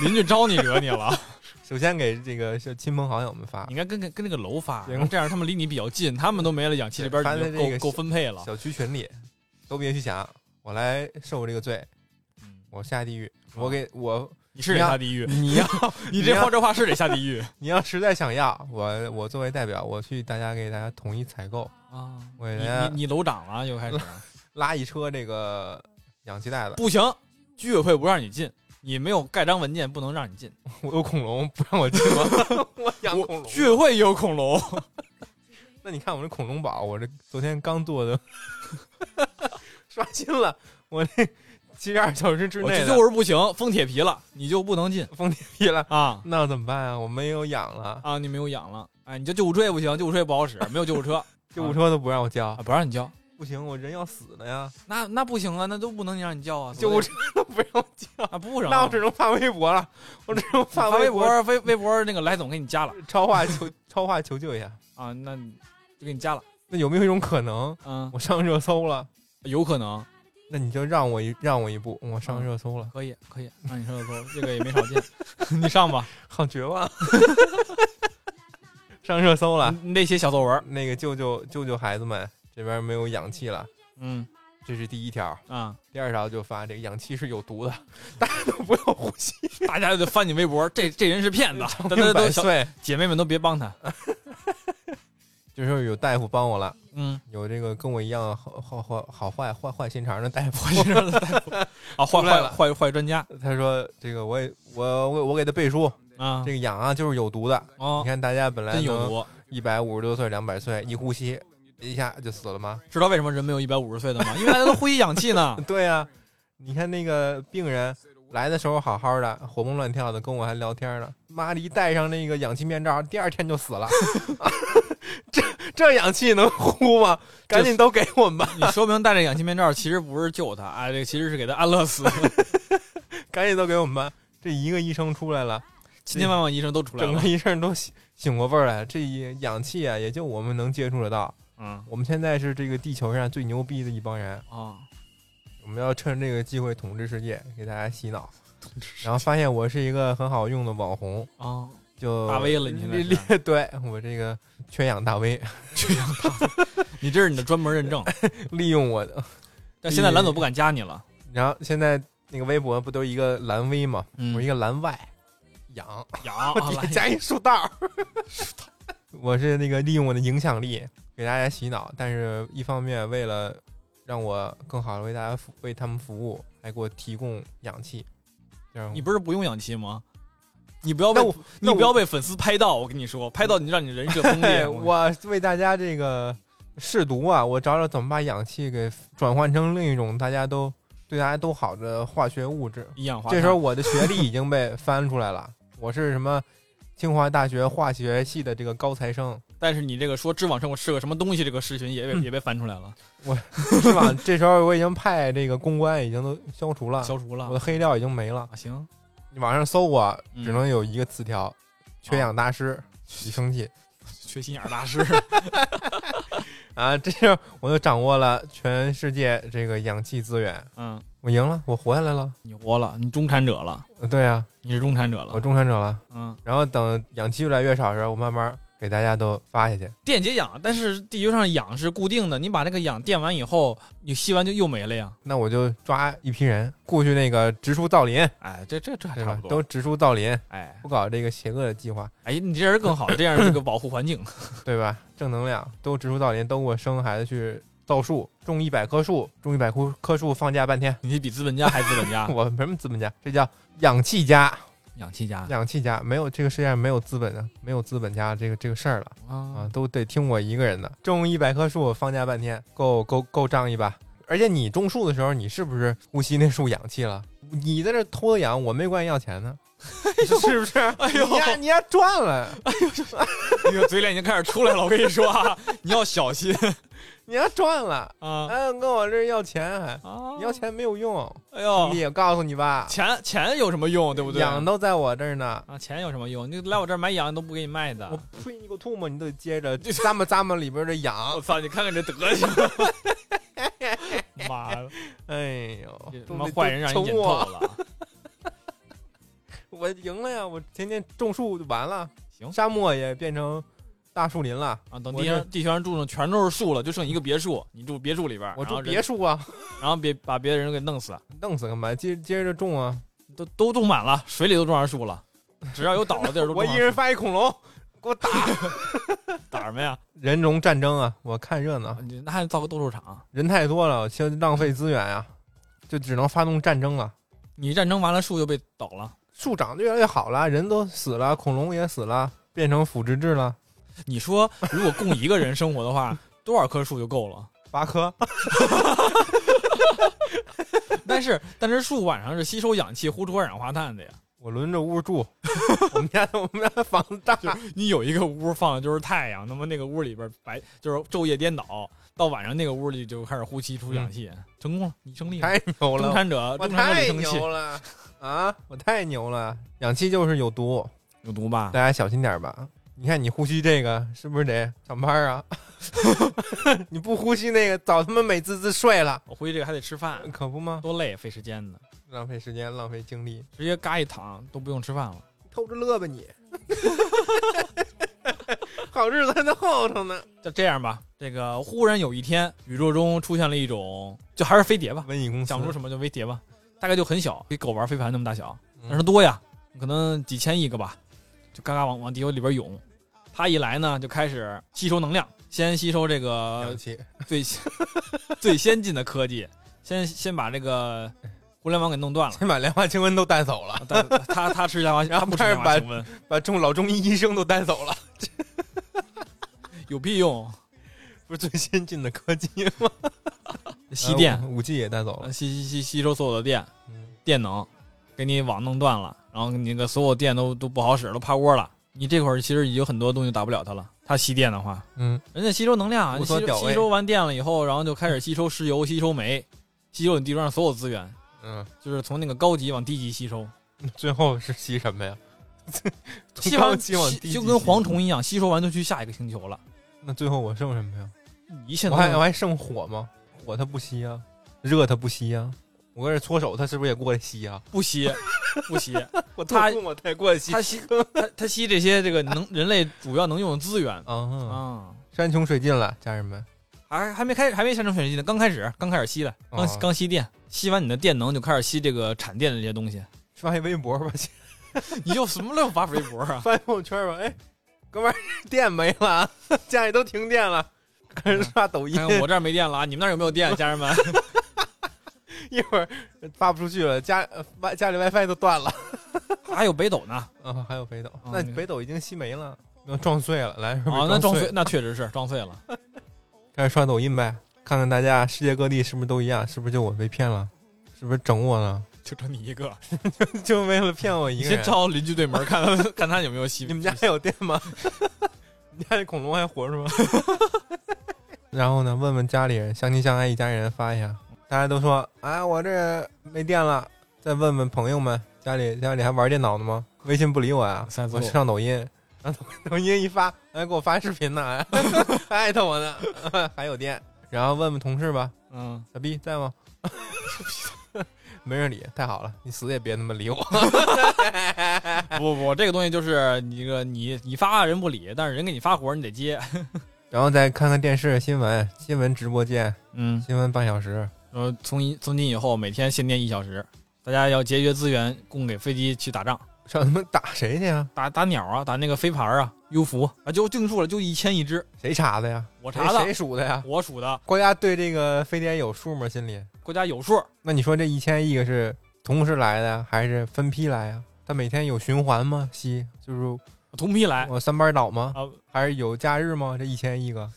Speaker 2: 邻居招你惹你了，
Speaker 1: 首先给这个是亲朋好友们发
Speaker 2: [laughs] 你，应该跟跟跟那个楼发，
Speaker 1: 行
Speaker 2: 这样他们离你比较近，他们都没了氧气，这边
Speaker 1: 对
Speaker 2: 你
Speaker 1: 发在这
Speaker 2: 就
Speaker 1: 个
Speaker 2: 够够分配了。
Speaker 1: 小区群里都别去想，我来受这个罪，
Speaker 2: 嗯
Speaker 1: 我下地狱，我给我
Speaker 2: 你是得
Speaker 1: 你要
Speaker 2: 下地狱，
Speaker 1: 你
Speaker 2: [laughs]
Speaker 1: 要
Speaker 2: 你
Speaker 1: 你
Speaker 2: 这
Speaker 1: 要
Speaker 2: 话这话是得下地 [laughs] 狱
Speaker 1: 你要实在想要，我我作为代表，我去大家给大家统一采购，
Speaker 2: 啊！
Speaker 1: 我
Speaker 2: 你
Speaker 1: 给大
Speaker 2: 你
Speaker 1: 家
Speaker 2: 你楼长了又开 [laughs] 始。
Speaker 1: 拉一车这个氧气袋子，
Speaker 2: 不行，居委会不让你进，你没有盖章文件不能让你进。
Speaker 1: 我有恐龙不让我进吗？ [laughs] 我养恐龙，
Speaker 2: 居委会也有恐龙，
Speaker 1: 那你看我这恐龙宝，我这昨天刚做的， [laughs] 刷新了，我这七十二小时之
Speaker 2: 我
Speaker 1: 内
Speaker 2: 这
Speaker 1: 的
Speaker 2: 就是不行，封铁皮了，你就不能进
Speaker 1: 封铁皮了，
Speaker 2: 啊
Speaker 1: 那怎么办啊？我没有氧了，
Speaker 2: 啊！你没有氧了，哎，你这救护车也不行，救护车也不好使，没有救护车 [laughs] 啊，
Speaker 1: 救护车都不让我叫，
Speaker 2: 不让你叫，
Speaker 1: 啊不行，我人要死了呀，
Speaker 2: 那那不行啊，那都不能让你叫啊，
Speaker 1: 救护车都不让 [laughs] 我叫，
Speaker 2: 啊不能
Speaker 1: 那
Speaker 2: 啊
Speaker 1: 我。只能发微博了，我只能
Speaker 2: 发
Speaker 1: 发微
Speaker 2: 博，微微博那个来总给你加了
Speaker 1: [laughs] 超话求超话求救一下。
Speaker 2: 啊，那就给你加了，
Speaker 1: 那有没有一种可能，
Speaker 2: 嗯，
Speaker 1: 我上热搜了？
Speaker 2: 有可能
Speaker 1: 那你就让我一让我一步，我上热搜了，
Speaker 2: 可以可以，让你上热搜，这个也没少见， [laughs] 你
Speaker 1: [laughs]
Speaker 2: 上吧，
Speaker 1: 好绝望，上热搜了。
Speaker 2: 你得写小作文，
Speaker 1: 那个救救救救孩子们，这边没有氧气了，
Speaker 2: 嗯
Speaker 1: 这是第一条。
Speaker 2: 啊，
Speaker 1: 第二条就发这个氧气是有毒的， [laughs] 大家都不要呼吸，
Speaker 2: 大家就得翻你微博，这这人是骗
Speaker 1: [laughs]
Speaker 2: 子，大家
Speaker 1: 命
Speaker 2: 都
Speaker 1: 百
Speaker 2: 小
Speaker 1: 岁。
Speaker 2: 姐妹们都别
Speaker 1: [laughs]
Speaker 2: 帮他。
Speaker 1: 这时候有大夫帮我了，
Speaker 2: 嗯，
Speaker 1: 有这个跟我一样好好好好坏坏坏心肠的大夫，
Speaker 2: [laughs] 啊，坏
Speaker 1: 出来
Speaker 2: 坏
Speaker 1: 了
Speaker 2: 坏坏专家
Speaker 1: 他说这个我也我我我给他背书，
Speaker 2: 啊，
Speaker 1: 这个氧啊就是有毒的。你
Speaker 2: 哦，
Speaker 1: 看大家本来
Speaker 2: 真有毒。
Speaker 1: 一百五十多岁、两百岁，一呼吸一下就死了吗？。
Speaker 2: 知道为什么人没有一百五十岁的吗？因为大家都呼吸氧气呢 [laughs]
Speaker 1: 对呀、你看那个病人来的时候好好的，活蹦乱跳的，跟我还聊天呢。妈的，一戴上那个氧气面罩，第二天就死了。 [laughs] 这这氧气能呼吗？赶紧都给我们吧，
Speaker 2: 你说明戴着氧气面罩其实不是救他，啊，这个其实是给他安乐死。
Speaker 1: 赶紧都给我们吧。这一个医生出来了，
Speaker 2: 千千万万医生都出来
Speaker 1: 整
Speaker 2: 了
Speaker 1: 个。医生都醒醒过味儿来了。这一氧气啊，也就我们能接触得到。
Speaker 2: 嗯
Speaker 1: 我们现在是这个地球上最牛逼的一帮人，
Speaker 2: 啊，
Speaker 1: 我们要趁这个机会统治世界，给大家洗脑。然后发现我是一个很好用的网红，
Speaker 2: 啊，
Speaker 1: 就
Speaker 2: 大 V 了你现在是
Speaker 1: 列列 [laughs] 对我这个缺氧大 V，
Speaker 2: 你这是你的专门认证。
Speaker 1: 利用我的。
Speaker 2: [laughs] 但现在蓝总不敢加你了。
Speaker 1: 然后现在那个微博不都一个蓝 V 嘛，
Speaker 2: 嗯
Speaker 1: 我一个蓝 Y，氧，
Speaker 2: 痒啊，
Speaker 1: [laughs]
Speaker 2: 来
Speaker 1: 加一竖道儿。
Speaker 2: [laughs]
Speaker 1: 我是那个利用我的影响力给大家洗脑，但是一方面为了让我更好的为大家服为他们服务，还给我提供氧气。这样
Speaker 2: 你不是不用氧气吗？你不要被
Speaker 1: 那我
Speaker 2: 你不要被粉丝拍到，我跟你说，拍到你让你人
Speaker 1: [laughs]
Speaker 2: 设崩
Speaker 1: 对，
Speaker 2: [laughs] 裂。
Speaker 1: 我哎为大家这个试毒啊，我找找怎么把氧气给转换成另一种大家都对大家都好的化学物质。
Speaker 2: 一氧化碳
Speaker 1: 这时候我的学历已经被翻出来了，我是什么清华大学化学系的这个高材生。
Speaker 2: 但是你这个说知网上我是个什么东西，这个事情也被、
Speaker 1: 嗯
Speaker 2: 也被翻出来了，
Speaker 1: 是
Speaker 2: [laughs]
Speaker 1: 吧？这时候我已经派这个公关已经都消除了，
Speaker 2: 消除了
Speaker 1: 啊我的黑料已经没了。
Speaker 2: 啊，行，
Speaker 1: 你网上搜我，
Speaker 2: 嗯啊
Speaker 1: 只能有一个词条：缺氧大师。你生气
Speaker 2: 缺心眼儿
Speaker 1: [laughs]
Speaker 2: 大师
Speaker 1: 啊！这时候我就掌握了全世界这个氧气资源。
Speaker 2: 嗯，
Speaker 1: 我赢了，我活下来了。
Speaker 2: 你活了，你中产者了，
Speaker 1: 呃对呀、
Speaker 2: 你是中产者
Speaker 1: 我
Speaker 2: 了。
Speaker 1: 中产者了。
Speaker 2: 嗯，
Speaker 1: 然后等氧气越来越少的时候，我慢慢给大家都发下去。
Speaker 2: 电解氧，但是地球上氧是固定的，你把这个氧电完以后，你吸完就又没了呀。
Speaker 1: 那我就抓一批人过去那个植树造林，
Speaker 2: 哎，这这这还
Speaker 1: 对
Speaker 2: 差
Speaker 1: 吧
Speaker 2: 不？多。
Speaker 1: 都植树造林，
Speaker 2: 哎
Speaker 1: 不搞这个邪恶的计划，
Speaker 2: 哎，你这人更好，这样这个保护环境。 [laughs]
Speaker 1: 对吧？正能量，都植树造林，都给我生孩子去造树，种一百棵树，种一百棵棵树，放假半天。
Speaker 2: 你比资本家还资
Speaker 1: [laughs]
Speaker 2: 本家，
Speaker 1: 我什么资本家？这叫氧气家，
Speaker 2: 氧气家
Speaker 1: 氧气家没有这个世界上没有资本的，没有资本家这个这个事儿了啊
Speaker 2: 啊，，
Speaker 1: 都得听我一个人的。种一百棵树，放假半天，够够够仗义吧？而且你种树的时候，你是不是呼吸那树氧气了？你在这偷氧，我没管你要钱呢，是不是？
Speaker 2: 哎呦
Speaker 1: 你呀你呀赚了，
Speaker 2: 那个嘴脸已经开始出来了。我跟你说啊，你要小心
Speaker 1: 你呀赚了，
Speaker 2: 啊
Speaker 1: [laughs] 哎，跟我这儿要钱还，
Speaker 2: 啊！
Speaker 1: 你要，钱没有用，
Speaker 2: 哎
Speaker 1: 兄
Speaker 2: 呦，
Speaker 1: 弟，我告诉你吧，
Speaker 2: 钱钱有什么用，对不对？
Speaker 1: 氧都在我这儿呢。
Speaker 2: 啊，钱有什么用？你来我这儿买羊都不给你卖的
Speaker 1: 我。呸！你给我吐沫，你都得接着咂摸咂摸里边的氧
Speaker 2: 我。操，你看看这
Speaker 1: [laughs]
Speaker 2: 德行！妈的，
Speaker 1: 哎呦
Speaker 2: 这，他
Speaker 1: 都
Speaker 2: 妈
Speaker 1: 得
Speaker 2: 坏人让人
Speaker 1: 都
Speaker 2: 眼
Speaker 1: 抽
Speaker 2: 透
Speaker 1: 我！
Speaker 2: 了。
Speaker 1: 我赢了呀！我天天种树就完了，
Speaker 2: 行
Speaker 1: 沙漠也变成大树林了。
Speaker 2: 啊，等
Speaker 1: 我
Speaker 2: 地
Speaker 1: 这
Speaker 2: 上地球上住的全都是树了，就剩一个别墅，你住别墅里边儿，
Speaker 1: 我
Speaker 2: 然
Speaker 1: 种
Speaker 2: 后
Speaker 1: 别
Speaker 2: 人，
Speaker 1: 墅啊，
Speaker 2: 然后别把别的人给弄死，
Speaker 1: 弄死干嘛？接接着种啊！
Speaker 2: 都都种满了，水里都种上树了，只要有岛的地儿都种啊
Speaker 1: 我
Speaker 2: 上
Speaker 1: 一
Speaker 2: 树
Speaker 1: 人发一恐龙，给
Speaker 2: [laughs]
Speaker 1: 我打！
Speaker 2: 打什么呀？
Speaker 1: 人龙战争啊，我看热闹，
Speaker 2: 啊你那还造个斗兽场？
Speaker 1: 人太多了，先浪费资源啊，就只能发动战争了。
Speaker 2: 你战争完了，树就被倒了。
Speaker 1: 树长得越来越好了，人都死了，恐龙也死了，变成腐殖质了，
Speaker 2: 你说，如果供一个人生活的话，多少棵树就够了？
Speaker 1: 八棵。
Speaker 2: 但是，但是树晚上是吸收氧气、呼出二氧化碳的呀。
Speaker 1: 我轮着屋住， [laughs] 我们家我们家的房子大，
Speaker 2: 你有一个屋放的就是太阳，那么那个屋里边白就是昼夜颠倒，到晚上那个屋里就开始呼吸出氧气，成功了，你胜利了。
Speaker 1: 嗯太牛
Speaker 2: 中
Speaker 1: 了！
Speaker 2: 产者，
Speaker 1: 我
Speaker 2: 中产者
Speaker 1: 太
Speaker 2: 里生气
Speaker 1: 牛了啊！我太牛了，氧气就是有毒，
Speaker 2: 有毒吧
Speaker 1: 大？家小心点儿吧。你看你呼吸这个是不是得上班啊？ [laughs] 你不呼吸那个，早他妈美滋滋睡了，
Speaker 2: 我估计这个还得吃饭，
Speaker 1: 可不吗？
Speaker 2: 多累，费时间呢。
Speaker 1: 浪费时间，浪费精力，
Speaker 2: 直接嘎一躺都不用吃饭了。
Speaker 1: 偷着乐吧你。好日子还在后头呢。
Speaker 2: 就这样吧，这个忽然有一天，宇宙中出现了一种，就还是飞碟吧，
Speaker 1: 瘟疫公司
Speaker 2: 想不出什么就飞碟吧，大概就很小，比狗玩飞盘那么大小，
Speaker 1: 嗯
Speaker 2: 但是多呀，可能几千亿个吧，就嘎嘎往往地球里边涌。它一来呢，就开始吸收能量，先吸收这个
Speaker 1: [laughs] 氧气，
Speaker 2: 最最先进的科技，先先把这个互联网给弄断了。
Speaker 1: 先把莲花清瘟都带走了，
Speaker 2: 但他他吃莲花，
Speaker 1: [laughs] 然后
Speaker 2: 他不吃
Speaker 1: 开始
Speaker 2: 莲
Speaker 1: 把
Speaker 2: 花清瘟，
Speaker 1: 把中老中医医生都带走了，
Speaker 2: 有屁用？
Speaker 1: 不是最先进的科技吗？呃
Speaker 2: 吸电，呃
Speaker 1: 五 G 也带走了。
Speaker 2: 吸吸吸吸收所有的电，
Speaker 1: 嗯
Speaker 2: 电能，给你网弄断了，然后你那个所有电都都不好使，都趴窝了。你这会儿其实已经很多东西打不了它了。它吸电的话，
Speaker 1: 嗯，
Speaker 2: 人家吸收能量 [laughs] 啊，
Speaker 1: 不
Speaker 2: 你
Speaker 1: 说
Speaker 2: 吸
Speaker 1: 屌
Speaker 2: 收
Speaker 1: 味
Speaker 2: 吸收完电了以后，然后就开始吸收石油、吸收煤， [laughs] 吸收你地球上所有资源，
Speaker 1: 嗯，
Speaker 2: 就是从那个高级往低级吸收，
Speaker 1: 最后是吸什么呀？ [laughs] 从
Speaker 2: [laughs] 吸
Speaker 1: 高
Speaker 2: 完
Speaker 1: 级往低级
Speaker 2: 吸就跟蝗虫一样，吸收完就去下一个星球了。
Speaker 1: 那最后我剩什么呀？
Speaker 2: 一切
Speaker 1: 我
Speaker 2: 能
Speaker 1: 还我
Speaker 2: 量
Speaker 1: 还剩火吗？火它不吸啊，热它不吸啊。我搁这搓手，它是不是也过来吸啊？
Speaker 2: 不吸， [laughs] 不吸，
Speaker 1: 我
Speaker 2: 它
Speaker 1: 做梦我它也过来吸
Speaker 2: 它吸它它吸这些这个能人类主要能用的资源
Speaker 1: 啊！
Speaker 2: 啊。
Speaker 1: 山穷水尽了，家人们，
Speaker 2: 还还没开还没山城水系呢，刚开始，刚开始吸的，刚、
Speaker 1: 哦
Speaker 2: 刚吸电，吸完你的电能就开始吸这个产电的这些东西，
Speaker 1: 发一微博吧， [laughs]
Speaker 2: 你就什么乱发微博 [laughs] 啊？
Speaker 1: 发一朋友圈吧。哎，哥们儿，电没了啊，家里都停电了，开始刷抖音
Speaker 2: 看，看我这儿没电了啊，你们那儿有没有电，家人们？ [laughs]
Speaker 1: 一会儿发不出去了，家呃家里 WiFi 都断了。
Speaker 2: 还有北斗 [laughs] 呢？
Speaker 1: 啊，还有北斗，
Speaker 2: 啊
Speaker 1: 那
Speaker 2: 那个
Speaker 1: 北斗已经吸没了，那撞碎了，来是不是
Speaker 2: 啊，那撞
Speaker 1: 碎
Speaker 2: 碎，，那确实是撞碎了。
Speaker 1: 开始刷抖音呗，看看大家世界各地是不是都一样，是不是就我被骗了，是不是整我了，
Speaker 2: [laughs] 就整你一个，
Speaker 1: [laughs] 就为了骗我一
Speaker 2: 你
Speaker 1: 个人 [laughs]
Speaker 2: 先。照邻居对门看看他有没有 [laughs] 吸。
Speaker 1: 你们家还有电 [laughs] 吗？你家里恐龙还活着吗？ [laughs] 然后呢，问问家里人，相亲相爱一家人发一下，大家都说啊，我这没电了。再问问朋友们，家里家里还玩电脑呢吗？微信不理我呀、
Speaker 2: 三四
Speaker 1: 我
Speaker 2: 六
Speaker 1: 上抖音，然后抖抖音一发，还给我发视频呢，还还艾特我 [laughs] 呢，还有电。然后问问同事吧，
Speaker 2: 嗯，
Speaker 1: 傻逼在吗？ [laughs] 没人理，太好了，你死也别他妈理我。 [laughs]
Speaker 2: 不不，哎这个东西就是你这个你你发人不理，但是人给你发活儿你得接。
Speaker 1: 然后再看看电视新闻，新闻直播间，
Speaker 2: [laughs] 嗯，
Speaker 1: 新闻半小时，
Speaker 2: 然后从一从今以后每天限电一小时，大家要节约资源供给飞机去打仗，
Speaker 1: 上他妈打谁去啊？
Speaker 2: 打打鸟啊，打那个飞盘啊、优浮啊，就定数了，就一千一只。
Speaker 1: 谁查的呀？
Speaker 2: 我查的
Speaker 1: 谁谁数的呀？
Speaker 2: 我数的，
Speaker 1: 国家对这个非典有数吗？心里？
Speaker 2: 国家有数，
Speaker 1: 那你说这一千亿个是同时来的呀，还是分批来呀？它每天有循环吗？吸就是
Speaker 2: 同批来
Speaker 1: 我三班倒吗？
Speaker 2: 啊，
Speaker 1: 还是有假日吗？这一千亿个，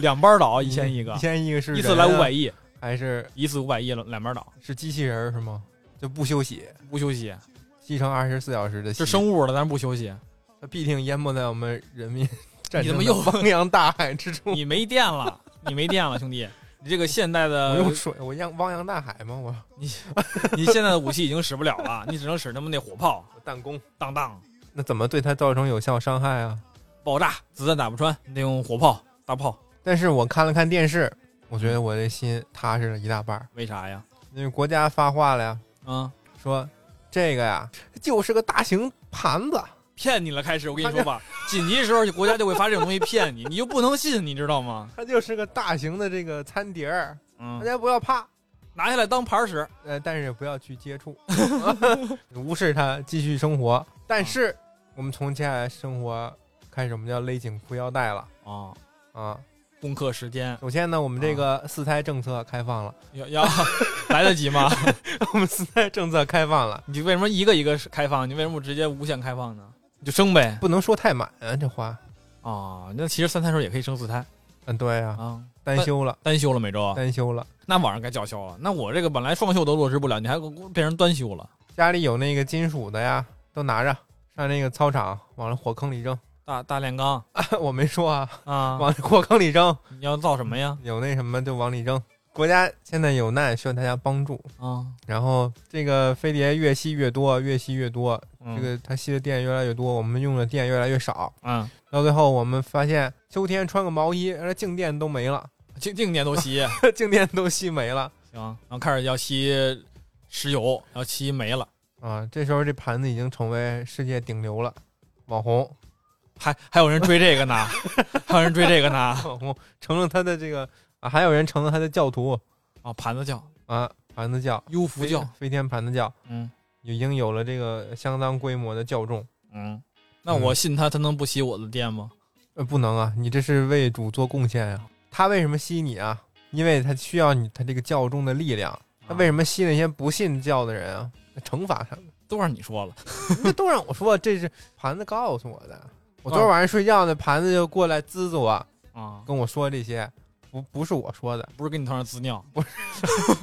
Speaker 2: 两班倒啊哦一千一个
Speaker 1: 嗯一，千亿个是
Speaker 2: 一次来
Speaker 1: 人啊
Speaker 2: 五百，亿，
Speaker 1: 还是
Speaker 2: 一次五百亿了，两班倒
Speaker 1: 是机器人儿是吗？就不休息，
Speaker 2: 不休息，
Speaker 1: 吸成二十四小时的
Speaker 2: 是
Speaker 1: 吸，
Speaker 2: 生物的，但是不休
Speaker 1: [laughs]
Speaker 2: 息。
Speaker 1: 它必定淹没在我们人民 [laughs] 战
Speaker 2: 你怎
Speaker 1: 争
Speaker 2: 么
Speaker 1: 的
Speaker 2: 又
Speaker 1: 汪洋大海之中。
Speaker 2: 你没电了，你没电了，兄弟，你这个现代
Speaker 1: 我
Speaker 2: 的
Speaker 1: 用水，我淹汪洋大海吗？我
Speaker 2: 你现在的武器已经使不了了，你只能使他们那火炮，
Speaker 1: 我弹弓，
Speaker 2: 当当
Speaker 1: 那怎么对它造成有效伤害啊？
Speaker 2: 爆炸，子弹打不穿，你得用火炮、大炮。
Speaker 1: 但是我看了看电视，我觉得我这心踏实了一大半儿，
Speaker 2: 为啥呀？
Speaker 1: 因为国家发话了呀，
Speaker 2: 嗯，
Speaker 1: 说这个呀就是个大型盘子，
Speaker 2: 骗你了，开始我跟你说吧， [laughs] 紧急时候国家就会发这种东西骗你，你就不能信，你知道吗？
Speaker 1: 它就是个大型的这个餐碟儿，大
Speaker 2: 嗯，
Speaker 1: 家不要怕，
Speaker 2: 拿下来当牌使，
Speaker 1: 呃，但是也不要去接 [laughs] 触，无视它，继续生活。但是我们从接下来生活开始，我们就要勒紧裤腰带了
Speaker 2: 啊，
Speaker 1: 啊！
Speaker 2: 攻克时间
Speaker 1: 首先呢，我们这个四胎政策开放了，
Speaker 2: 要要 [laughs] 来得及吗？
Speaker 1: [laughs]
Speaker 2: [laughs]
Speaker 1: 我们四胎政策开放了，
Speaker 2: 你为什么一个一个开放？你为什么不直接无限开放呢？你就生呗
Speaker 1: 不能说太满啊，这话，
Speaker 2: 啊！那其实三胎时候也可以生四胎
Speaker 1: 嗯，对呀、啊，哦
Speaker 2: 啊，
Speaker 1: 单休了，
Speaker 2: 单休了每周啊，
Speaker 1: 单休了。
Speaker 2: 那网上该叫嚣了。那我这个本来双休都落实不了，你还给我变成单休了。
Speaker 1: 家里有那个金属的呀，都拿着上那个操场往那火坑里扔。 [laughs]
Speaker 2: 大大炼钢
Speaker 1: 我没说啊，
Speaker 2: 啊，
Speaker 1: 往火坑里扔，
Speaker 2: 你要造什么呀？
Speaker 1: 有那什么就往里扔。国家现在有难，需要大家帮助。
Speaker 2: 啊，
Speaker 1: 然后这个飞碟越吸越多，越吸越多，
Speaker 2: 嗯
Speaker 1: 这个它吸的电越来越多，我们用的电越来越少。
Speaker 2: 嗯，
Speaker 1: 到最后，我们发现秋天穿个毛衣，那静电都没了， [laughs]
Speaker 2: 静静电都吸行，
Speaker 1: 静电都吸没了
Speaker 2: 然后开始要吸石油，要吸煤了，
Speaker 1: 啊！这时候这盘子已经成为世界顶流了，网红，
Speaker 2: 还还有人追这个呢，还有人追这个呢
Speaker 1: 网红成了他的这个啊，还有人成了他的教徒
Speaker 2: 啊！盘子教、
Speaker 1: 啊，盘子教，
Speaker 2: 优福教，
Speaker 1: 飞天盘子教
Speaker 2: 嗯
Speaker 1: 已经有了这个相当规模的教众。
Speaker 2: 嗯，那我信他，他能不吸我的电吗？
Speaker 1: 呃，不能啊，你这是为主做贡献呀、他为什么吸你啊？因为他需要你，他这个教众的力量。他为
Speaker 2: 啊
Speaker 1: 什么吸那些不信教的人啊？那惩罚他们，
Speaker 2: 都让你说了，
Speaker 1: 这都让我说，这是盘子告诉我的。我昨天晚上睡觉呢，盘子就过来滋滋我，
Speaker 2: 啊，
Speaker 1: 跟我说这些，不不是我说的，
Speaker 2: 不是跟你头上滋尿，
Speaker 1: [laughs]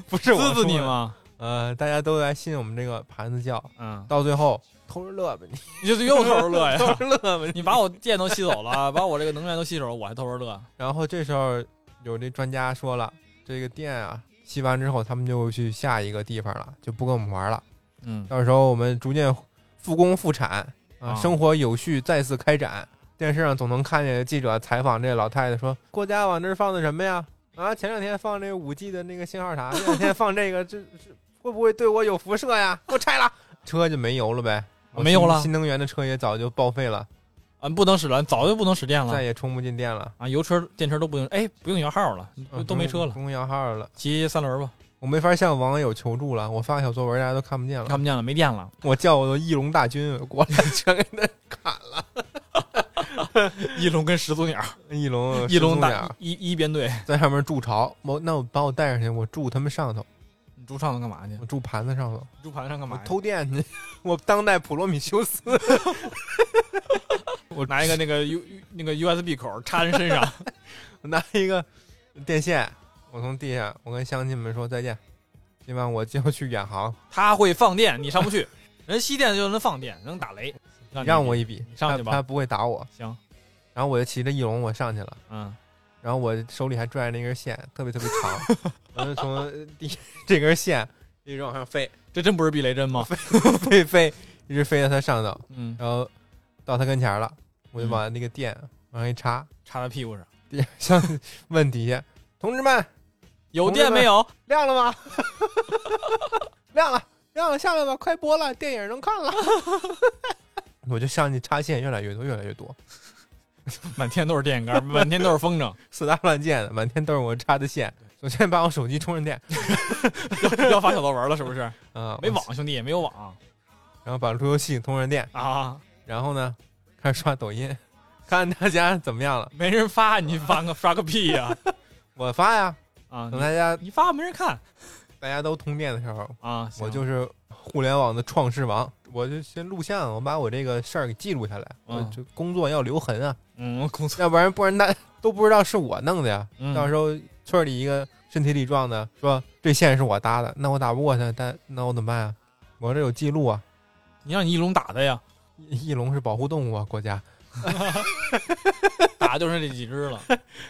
Speaker 1: 不是我说
Speaker 2: 滋滋你
Speaker 1: 的？
Speaker 2: 吗？
Speaker 1: 呃，大家都来信我们这个盘子教，
Speaker 2: 嗯，
Speaker 1: 到最后偷着乐吧你，
Speaker 2: 你就又偷着
Speaker 1: [laughs]
Speaker 2: 乐
Speaker 1: 偷
Speaker 2: 呀，
Speaker 1: 着乐吧你。
Speaker 2: 你把我电都吸走了，把我这个能源都吸走了，我还偷着
Speaker 1: [laughs]
Speaker 2: 乐，
Speaker 1: 然后这时候有这专家说了，这个电啊吸完之后，他们就去下一个地方了，就不跟我们玩了。
Speaker 2: 嗯，
Speaker 1: 到时候我们逐渐复工复产啊，
Speaker 2: 啊
Speaker 1: 生活有序，再次开展。电视上总能看见记者采访这老太太说：“国家往这儿放的什么呀？啊，前两天放这五 G 的那个信号塔，这两天放这个，这这会不会对我有辐射呀？给我拆了，车就没油了呗，我
Speaker 2: 没油
Speaker 1: 新
Speaker 2: 了
Speaker 1: 新能源的车也早就报废了，
Speaker 2: 啊，不能使了，早就不能使电了
Speaker 1: 再，也充不进电了，
Speaker 2: 啊，油车、电车都不用，哎，不用摇号了，
Speaker 1: 嗯
Speaker 2: 都没车了
Speaker 1: 不，用摇号了，
Speaker 2: 骑三轮吧，
Speaker 1: 我没法向网友求助了，我发小作文大家都看不见了，
Speaker 2: 看不见了，没电 [laughs] 了，
Speaker 1: 我叫我的翼龙大军过来 [laughs] 全给他砍了，
Speaker 2: 翼龙跟始祖鸟，
Speaker 1: 翼龙
Speaker 2: 翼龙
Speaker 1: 始祖鸟
Speaker 2: 打一一一编队，
Speaker 1: 在上面筑巢，我那我把我带上去，我住他们上头，
Speaker 2: 你住上头干嘛去
Speaker 1: 我？住盘子上头，
Speaker 2: 住盘上干
Speaker 1: 我
Speaker 2: 嘛？
Speaker 1: 偷电去， [laughs] 我当代普罗米修斯，
Speaker 2: 我拿一个那个 U 那个 USB 口插人身上，
Speaker 1: 我拿一个电线，我从地下，我跟乡亲们说再见，今晚我就要去远航，
Speaker 2: 它会放电，你上不去。人吸电就能放电，能打雷，让你
Speaker 1: 让我一笔，
Speaker 2: 你上去吧
Speaker 1: 他他不会打我，
Speaker 2: 行，
Speaker 1: 然后我就骑着翼龙我上去了，
Speaker 2: 嗯，
Speaker 1: 然后我手里还拽着那根线，特别特别
Speaker 2: [laughs]
Speaker 1: 长，我就从地这根线一直往上飞， [laughs]
Speaker 2: 这真不是避雷针吗？
Speaker 1: 飞飞，一直飞到他上头，
Speaker 2: 嗯，
Speaker 1: 然后到他跟前儿了，我就把那个电往上一插。 [laughs]
Speaker 2: 插在屁股上，
Speaker 1: 像问底下，同志们，
Speaker 2: 有电没有？
Speaker 1: 亮了吗？ [laughs] 亮了，亮了，下来吧，快播了，电影能看了。 [laughs] 我就上去插线越来越多，越来越多，
Speaker 2: 满天都是电线杆，满天都是风筝， [laughs]
Speaker 1: 死搭乱箭的，满天都是我插的线。首先把我手机充上电
Speaker 2: 要要发小作文了是
Speaker 1: [laughs]
Speaker 2: 不是？
Speaker 1: 啊，
Speaker 2: 没
Speaker 1: 我
Speaker 2: 网，兄弟，没有网
Speaker 1: 然后把路由器充上电，
Speaker 2: 啊，
Speaker 1: 然后呢，开始刷抖音，看大家怎么样了。
Speaker 2: 没人发，你发个刷个屁呀！
Speaker 1: 我发呀，
Speaker 2: 啊，
Speaker 1: 等大家
Speaker 2: 你你发没人看
Speaker 1: 大家都通电的时候，
Speaker 2: 啊，行
Speaker 1: 我就是互联网的创世王，我就先录像，我把我这个事儿给记录下来。
Speaker 2: 嗯
Speaker 1: 我就工作要留痕啊，
Speaker 2: 嗯，工作
Speaker 1: 要不然不然大家都不知道是我弄的呀。
Speaker 2: 嗯
Speaker 1: 到时候村里一个身体力壮的说这线是我搭的，那我打不过他，但那我怎么办啊？我这有记录啊， [laughs]
Speaker 2: 你让你一龙打他呀，
Speaker 1: 翼翼龙是保护动物啊，国家。
Speaker 2: 打的就剩这几只
Speaker 1: [laughs]
Speaker 2: 了。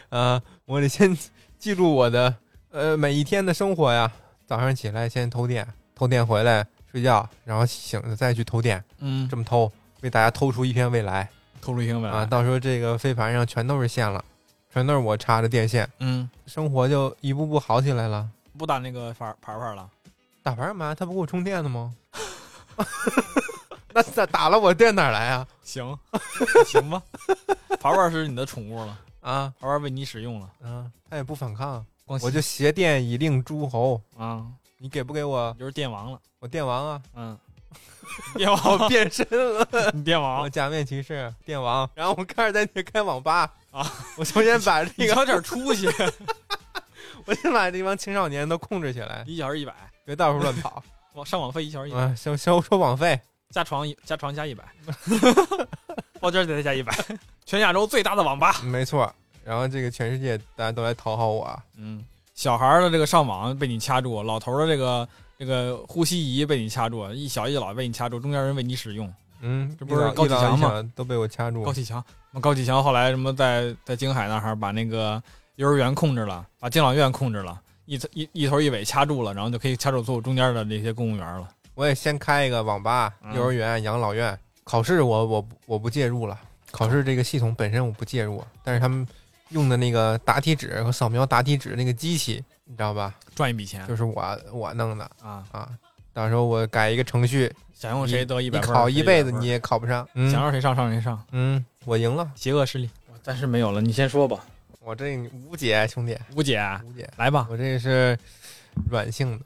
Speaker 1: 呃，我得先记录我的呃每一天的生活呀。早上起来先偷电，偷电回来睡觉，然后醒了再去偷电，
Speaker 2: 嗯，
Speaker 1: 这么偷，为大家偷出一片未来
Speaker 2: 透露英文
Speaker 1: 啊！到时候这个飞盘上全都是线了，全都是我插的电线，
Speaker 2: 嗯，
Speaker 1: 生活就一步步好起来了。
Speaker 2: 不打那个牌牌牌了。
Speaker 1: 打牌干嘛？他不给我充电的吗？ [laughs] 那打打了我电哪儿来啊？
Speaker 2: 行， [laughs] 行吧，牌牌是你的宠物了，
Speaker 1: 啊
Speaker 2: 牌牌为你使用了，
Speaker 1: 啊，他也不反抗，
Speaker 2: 嗯光
Speaker 1: 我就携电以令诸侯。
Speaker 2: 啊，
Speaker 1: 你给不给我
Speaker 2: 你就是电王了，
Speaker 1: 我电王啊？
Speaker 2: 嗯， [laughs] 电王，
Speaker 1: 我变身了。
Speaker 2: 你电王
Speaker 1: 我，假面骑士电王，然后我开始在那开网吧
Speaker 2: 啊，
Speaker 1: 我首先把这
Speaker 2: [laughs] 你
Speaker 1: 个，
Speaker 2: 有点出息， [laughs]
Speaker 1: 我先把这帮青少年都控制起来，
Speaker 2: 一小时一百，
Speaker 1: 别到处乱跑
Speaker 2: 网上网费一小时一百，
Speaker 1: 啊，收收收网费，
Speaker 2: 加床一加床加一 [laughs] 百，包间再加一百， [laughs] 全亚洲最大的网吧。
Speaker 1: 没错。然后这个全世界大家都来讨好我，啊
Speaker 2: 嗯，小孩儿的这个上网被你掐住，老头儿的这个这个呼吸仪被你掐住，一小一老被你掐住，中间人为你使用。
Speaker 1: 嗯，
Speaker 2: 这不是
Speaker 1: 一老
Speaker 2: 高启强
Speaker 1: 一老
Speaker 2: 吗？
Speaker 1: 一小都被我掐住
Speaker 2: 高，启强，那高启强后来什么在在京海那儿把那个幼儿园控制了，把敬老院控制了，一头一一头一尾掐住了，然后就可以掐住所有中间的那些公务员了。
Speaker 1: 我也先开一个网吧、
Speaker 2: 嗯
Speaker 1: 幼儿园、养老院。考试我我不我不介入了，考试这个系统本身我不介入，但是他们用的那个答题纸和扫描答题纸那个机器，你知道吧？
Speaker 2: 赚一笔钱
Speaker 1: 就是我我弄的
Speaker 2: 啊！
Speaker 1: 啊。到时候我改一个程序，
Speaker 2: 想用谁得一
Speaker 1: 你
Speaker 2: 百分儿，
Speaker 1: 考
Speaker 2: 得
Speaker 1: 一
Speaker 2: 100分儿
Speaker 1: 辈子你也考不上。
Speaker 2: 想
Speaker 1: 嗯
Speaker 2: 让谁上上谁上，
Speaker 1: 嗯，我赢了，
Speaker 2: 邪恶势力。我暂时没有了，你先说吧，
Speaker 1: 我这无解，兄弟，
Speaker 2: 吴姐，啊
Speaker 1: 无解。
Speaker 2: 来吧，
Speaker 1: 我这是软性的，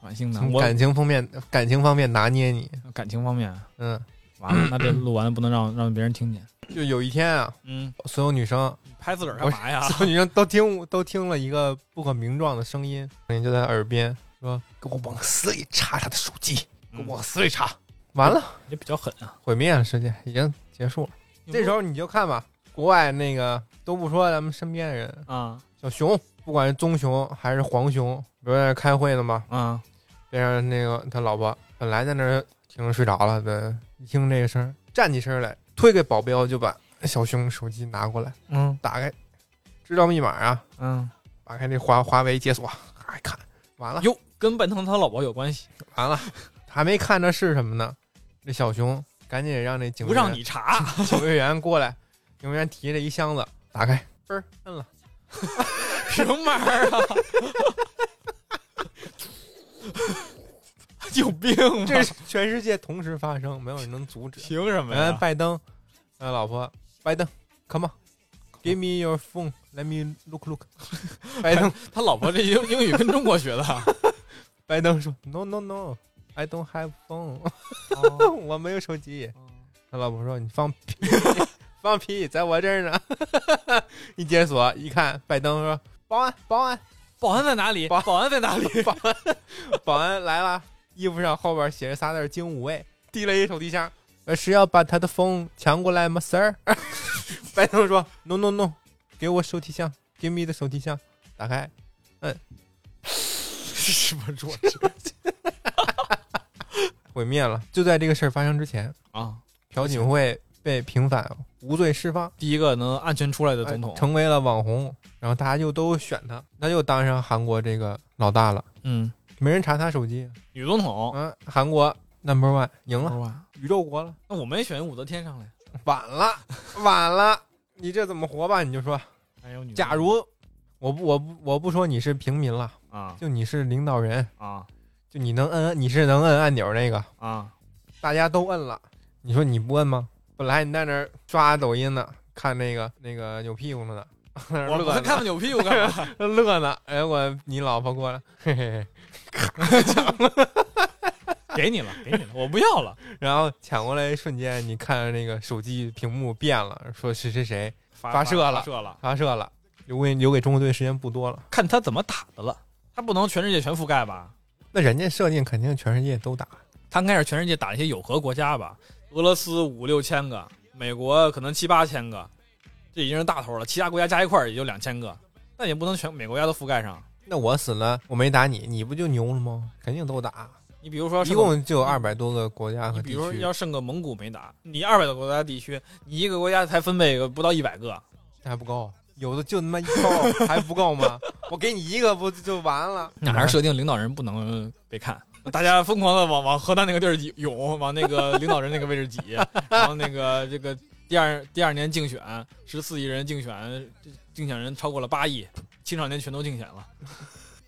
Speaker 2: 软性的，
Speaker 1: 从
Speaker 2: 我
Speaker 1: 感情方面感情方面拿捏你。
Speaker 2: 感情方面，啊
Speaker 1: 嗯，
Speaker 2: 完 [coughs] 了，那这录完了不能让让别人听见。
Speaker 1: 就有一天啊，
Speaker 2: 嗯，
Speaker 1: 所有女生，
Speaker 2: 拍自个儿干嘛呀？
Speaker 1: 所有女生都听都听了一个不可名状的声音，声音就在耳边说：“给我往死里插他的手机，给我往死里插。”嗯完了，
Speaker 2: 也比较狠啊。
Speaker 1: 毁灭了世界，已经结束了。这时候你就看吧，国外那个都不说咱们身边的人，
Speaker 2: 啊
Speaker 1: 小熊，不管是棕熊还是黄熊，不是在那开会呢吗？
Speaker 2: 啊，
Speaker 1: 边上那个他老婆本来在那儿听着睡着了的，一听这个声儿，站起身来，推给保镖就把小熊手机拿过来，
Speaker 2: 嗯
Speaker 1: 打开，知道密码啊，
Speaker 2: 嗯，
Speaker 1: 打开这华华为解锁，还看完了，
Speaker 2: 哟，跟奔腾他老婆有关系，
Speaker 1: 完了，还没看着是什么呢？这小熊赶紧让那警
Speaker 2: 不
Speaker 1: 卫
Speaker 2: 让
Speaker 1: 员
Speaker 2: 你查，
Speaker 1: 警卫员过来，警卫员提着一箱子打开，嘣儿摁了，
Speaker 2: [laughs] 什么玩意儿啊？有病吧？
Speaker 1: 这是全世界同时发生，没有人能阻止。
Speaker 2: 凭什么
Speaker 1: 嗯，
Speaker 2: 呀？
Speaker 1: 拜登，呃，老婆，拜登，come on，give me your phone, let me look look。拜登，
Speaker 2: 哎他老婆这英英语跟中国 [laughs] 学的，
Speaker 1: 拜登说，no no no，I don't have phone，我
Speaker 2: 哦
Speaker 1: 没有手机。他老婆说，你放屁， [laughs] 放屁，在我这儿呢。 [laughs] 一解锁一看，拜登说，保安，保安，
Speaker 2: 保安在哪里？
Speaker 1: 保
Speaker 2: 保安在哪里？
Speaker 1: 保安，保安来了，衣服上后边写着仨字儿“精武卫”，递了一手提箱，呃，是要把他的风抢过来吗，sir？白登说：“no no no，给我手提箱，give me 的手提箱，打开，
Speaker 2: 什么弱
Speaker 1: 毁灭了。”就在这个事儿发生之前，
Speaker 2: 啊？
Speaker 1: 朴槿惠被平反无罪释放，
Speaker 2: 第一个能安全出来的总统
Speaker 1: 呃，成为了网红，然后大家又都选他，他又当上韩国这个老大了，
Speaker 2: 嗯，
Speaker 1: 没人查他手机，
Speaker 2: 女总统，
Speaker 1: 嗯、韩国 number one 赢了，
Speaker 2: 嗯吧？
Speaker 1: 哦宇宙国了。
Speaker 2: 那我们选武则天上来。
Speaker 1: 晚了，晚了，你这怎么活吧？你就说，
Speaker 2: 哎还有女，
Speaker 1: 假如我不我不我不说你是平民了，
Speaker 2: 啊
Speaker 1: 就你是领导人，
Speaker 2: 啊
Speaker 1: 就你能摁，你是能摁按钮那个，
Speaker 2: 啊！
Speaker 1: 大家都摁了，你说你不摁吗？本来你在那儿刷抖音呢，看那个那个扭屁股呢，那儿 [laughs]
Speaker 2: 我
Speaker 1: 乐
Speaker 2: 我
Speaker 1: 呢
Speaker 2: 看扭屁股干嘛？
Speaker 1: 乐呢，哎，我你老婆过来，嘿嘿嘿，
Speaker 2: [laughs] 给你了，给你了，我不要了。
Speaker 1: 然后抢过来一瞬间，你看那个手机屏幕变了，说是谁谁
Speaker 2: 发
Speaker 1: 发射了
Speaker 2: 发射了，
Speaker 1: 发射了，留给留给中国队时间不多了。
Speaker 2: 看他怎么打的了。他不能全世界全覆盖吧？
Speaker 1: 那人家设定肯定全世界都打，
Speaker 2: 他应该是全世界打一些有核国家吧？俄罗斯五六千个，美国可能七八千个，这已经是大头了。其他国家加一块儿也就两千个，但也不能全美国家都覆盖上。
Speaker 1: 那我死了，我没打你，你不就牛了吗？肯定都打，
Speaker 2: 你比如说，
Speaker 1: 一共就二百多个国家和
Speaker 2: 你
Speaker 1: 地
Speaker 2: 比如说
Speaker 1: 区，
Speaker 2: 要剩个蒙古没打，你二百个国家地区，你一个国家才分配个不到一百个，
Speaker 1: 还不够，有的就他妈一包还不够吗？我给你一个不就完了？
Speaker 2: 那还是设定领导人不能被看，大家疯狂的往往河南那个地儿挤涌，往那个领导人那个位置 [laughs] 挤，然后那个这个第二第二年竞选十四亿人竞选，竞选人超过了八亿，青少年全都竞选了，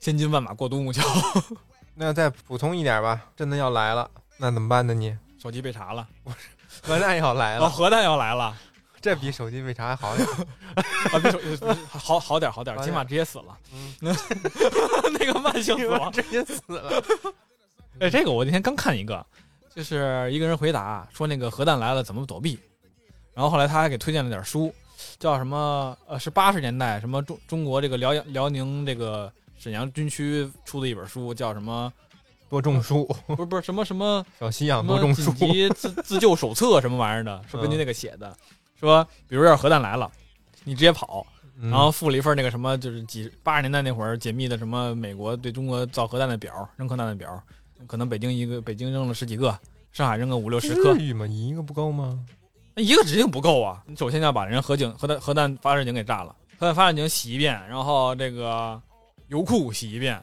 Speaker 2: 千军万马过独木桥，
Speaker 1: 那再普通一点吧，真的要来了，那怎么办呢你？
Speaker 2: 手机被查了，
Speaker 1: 核弹要来
Speaker 2: 哦，
Speaker 1: 了，
Speaker 2: 核弹要来了，
Speaker 1: 这比手机为啥还好
Speaker 2: [laughs]
Speaker 1: 点？
Speaker 2: 啊，比手好好点好点，金马直接死了， [laughs] 那个慢性死亡。
Speaker 1: 直接死了。
Speaker 2: 哎，这个我那天刚看一个，就是一个人回答啊说那个核弹来了怎么躲避，然后后来他还给推荐了点书，叫什么呃是八十年代什么中中国这个辽阳辽宁这个沈阳军区出的一本书，叫
Speaker 1: [laughs]
Speaker 2: 什么
Speaker 1: 多种树，
Speaker 2: 不是不是什么什么
Speaker 1: 小西
Speaker 2: 什
Speaker 1: 养多
Speaker 2: 么
Speaker 1: 种嗯
Speaker 2: 紧
Speaker 1: 树， [laughs]
Speaker 2: 急自自救手册什么玩意儿的，是根据那个写的，说比如要是核弹来了，你直接跑，
Speaker 1: 嗯
Speaker 2: 然后附了一份那个什么，就是几八十年代那会儿解密的什么美国对中国造核弹的表，扔核弹的表，可能北京一个北京扔了十几个，上海扔个五六十颗
Speaker 1: 至，于吗？一个不够吗？
Speaker 2: 那一个指定不够啊！你首先要把人核井核弹核弹发射井给炸了，核弹发射井洗一遍，然后这个油库洗一遍，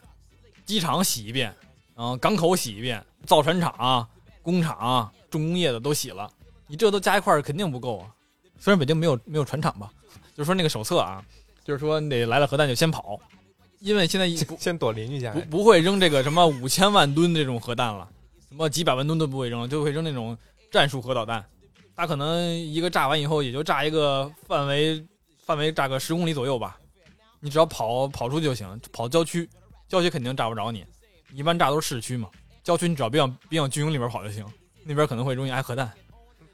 Speaker 2: 机场洗一遍，然后港口洗一遍，造船厂、工厂、重工业的都洗了，你这都加一块儿肯定不够啊！虽然北京没有没有船厂吧， [laughs] 就是说那个手册啊，就是说你得来了核弹就先跑，因为现在一
Speaker 1: 先先躲邻居家
Speaker 2: 不，不会扔这个什么五千万吨这种核弹了，什么几百万吨都不会扔了，就会扔那种战术核导弹。它可能一个炸完以后，也就炸一个范围范围炸个十公里左右吧。你只要跑跑出去就行，跑郊区，郊区肯定炸不着你。一般炸都是市区嘛，郊区你只要别往别往军营里边跑就行，那边可能会容易挨核弹。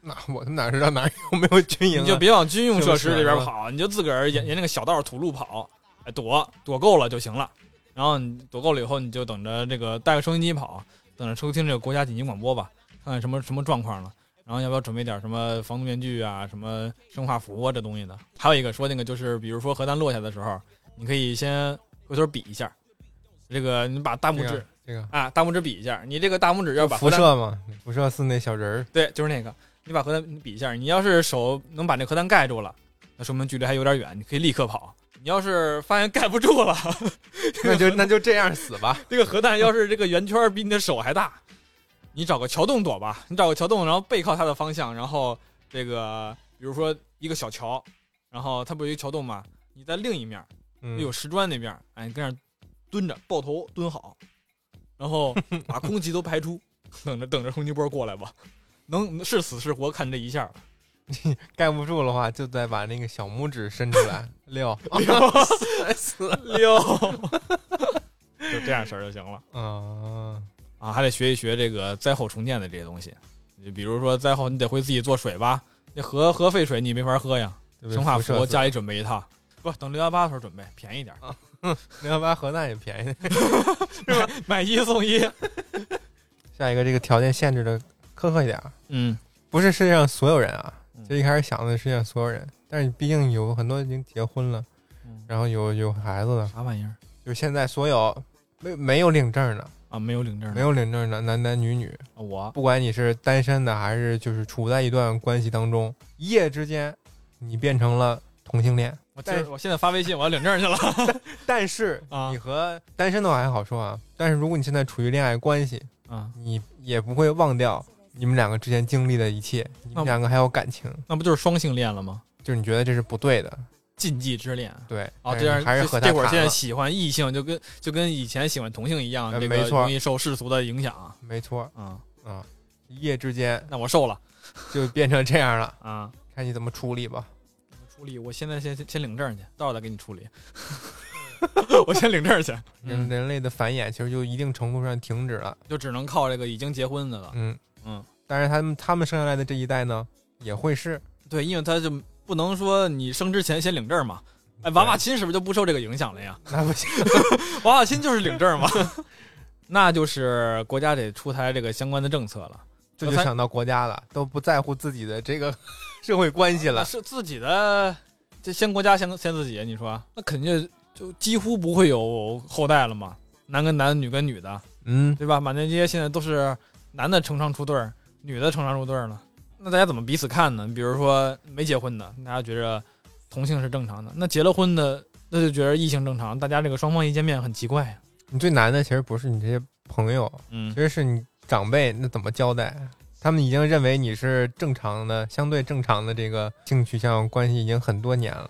Speaker 1: 那我哪知道哪有没有军营、啊？
Speaker 2: [laughs] 你就别往军用设施里边
Speaker 1: 是不是
Speaker 2: 跑，你就自个儿沿沿那个小道土路跑，哎躲躲够了就行了。然后你躲够了以后，你就等着这个带个收音机跑，等着收听这个国家紧急广播吧，看看什么什么状况了。然后要不要准备点什么防毒面具啊，什么生化服啊这东西的？还有一个说那个就是，比如说核弹落下的时候，你可以先回头比一下，这个你把大
Speaker 1: 这
Speaker 2: 拇
Speaker 1: 个
Speaker 2: 指
Speaker 1: 这个
Speaker 2: 啊大拇指比一下，你这个大拇指要把
Speaker 1: 辐
Speaker 2: 核弹
Speaker 1: 射嘛，辐射四那小
Speaker 2: [laughs]
Speaker 1: 人儿，
Speaker 2: 对，就是那个，你把核弹比一下，你要是手能把那核弹盖住了，那说明距离还有点远，你可以立刻跑。你要是发现盖不住了， [laughs]
Speaker 1: 那就那就这样死吧。
Speaker 2: 这个核弹要是这个圆圈比你的手还大，你找个桥洞躲吧，你找个桥洞，然后背靠它的方向，然后这个比如说一个小桥，然后它不有一个桥洞吗？你在另一面，
Speaker 1: 嗯，
Speaker 2: 有石砖那边，哎，你跟那儿蹲着，抱头蹲好，然后把空气都排出，等着等着空气波过来吧，能是死是活看这一下。
Speaker 1: 盖不住的话，就再把那个小拇指伸出来 [laughs] 六
Speaker 2: 溜
Speaker 1: 死了。
Speaker 2: 溜， [laughs] 就这样式儿就行了
Speaker 1: 嗯，
Speaker 2: 啊！还得学一学这个灾后重建的这些东西，你比如说灾后你得会自己做水吧，那核核废水你没法喝呀，
Speaker 1: 对不对
Speaker 2: 生化
Speaker 1: 辐
Speaker 2: 服
Speaker 1: 射
Speaker 2: 家里准备一套，不等六幺八的时候准备，便宜点儿，
Speaker 1: 零幺八核弹也便宜。
Speaker 2: 买一送一。
Speaker 1: 下一个这个条件限制的苛刻一点儿，
Speaker 2: [laughs] 嗯，
Speaker 1: 不是世界上所有人啊
Speaker 2: 嗯，
Speaker 1: 就一开始想的是世界上所有人，但是毕竟有很多已经结婚了，
Speaker 2: 嗯
Speaker 1: 然后有有孩子了，
Speaker 2: 啥玩意儿
Speaker 1: 就是现在所有没没有领证的，
Speaker 2: 啊？没有领证的，啊
Speaker 1: 没有领证的男男女女，
Speaker 2: 我
Speaker 1: 不管你是单身的还是就是处在一段关系当中，一夜之间你变成了同性恋，
Speaker 2: 我今
Speaker 1: 但
Speaker 2: 儿我现在发微信，我要领证去了
Speaker 1: 但是
Speaker 2: 啊
Speaker 1: 你和单身的话还好说啊，但是如果你现在处于恋爱关系，
Speaker 2: 啊！
Speaker 1: 你也不会忘掉你们两个之前经历的一切，你们两个还有感情，
Speaker 2: 那不就是双性恋了吗？
Speaker 1: 就是你觉得这是不对的，
Speaker 2: 禁忌之恋。
Speaker 1: 对，
Speaker 2: 哦，
Speaker 1: 哎
Speaker 2: 这样
Speaker 1: 还是
Speaker 2: 这
Speaker 1: 和他
Speaker 2: 这会儿
Speaker 1: 谈
Speaker 2: 现在
Speaker 1: 了
Speaker 2: 喜欢异性，就跟就跟以前喜欢同性一样，
Speaker 1: 呃
Speaker 2: 这
Speaker 1: 没
Speaker 2: 个
Speaker 1: 错
Speaker 2: 容易受世俗的影响啊。
Speaker 1: 没错
Speaker 2: 嗯，
Speaker 1: 啊，一夜之间
Speaker 2: 那我受了
Speaker 1: 就变成这样了，
Speaker 2: 啊，
Speaker 1: 看你怎么处理吧。
Speaker 2: 处理。我现在先先领证去，到时候再给你处理。 [laughs] 我先领证去，
Speaker 1: 人
Speaker 2: 嗯，
Speaker 1: 人类的繁衍其实就一定程度上停止了，
Speaker 2: 就只能靠这个已经结婚的了。
Speaker 1: 嗯
Speaker 2: 嗯，
Speaker 1: 但是他们他们生下来的这一代呢，也会是
Speaker 2: 对，因为他就不能说你生之前先领证嘛。哎，娃娃
Speaker 1: 对
Speaker 2: 亲是不是就不受这个影响了呀？
Speaker 1: 那不
Speaker 2: [laughs]
Speaker 1: 行，
Speaker 2: 娃娃亲就是领证嘛， [laughs] 那就是国家得出台这个相关的政策了。
Speaker 1: 这就想到国家了，都不在乎自己的这个 [laughs] 社会关系
Speaker 2: 那
Speaker 1: 了。
Speaker 2: 是自己的，这先国家先先自己，你说那肯定就几乎不会有后代了嘛，男跟男，女跟女的，
Speaker 1: 嗯，
Speaker 2: 对吧？满大街现在都是男的成双出对儿，女的成双入对儿了，那大家怎么彼此看呢？比如说没结婚的，大家觉着同性是正常的；那结了婚的，那就觉得异性正常。大家这个双方一见面很奇怪啊呀、
Speaker 1: 你最难的其实不是你这些朋友，
Speaker 2: 嗯
Speaker 1: 其，实是你长辈那怎么交代？他们已经认为你是正常的、相对正常的这个性取向关系已经很多年了，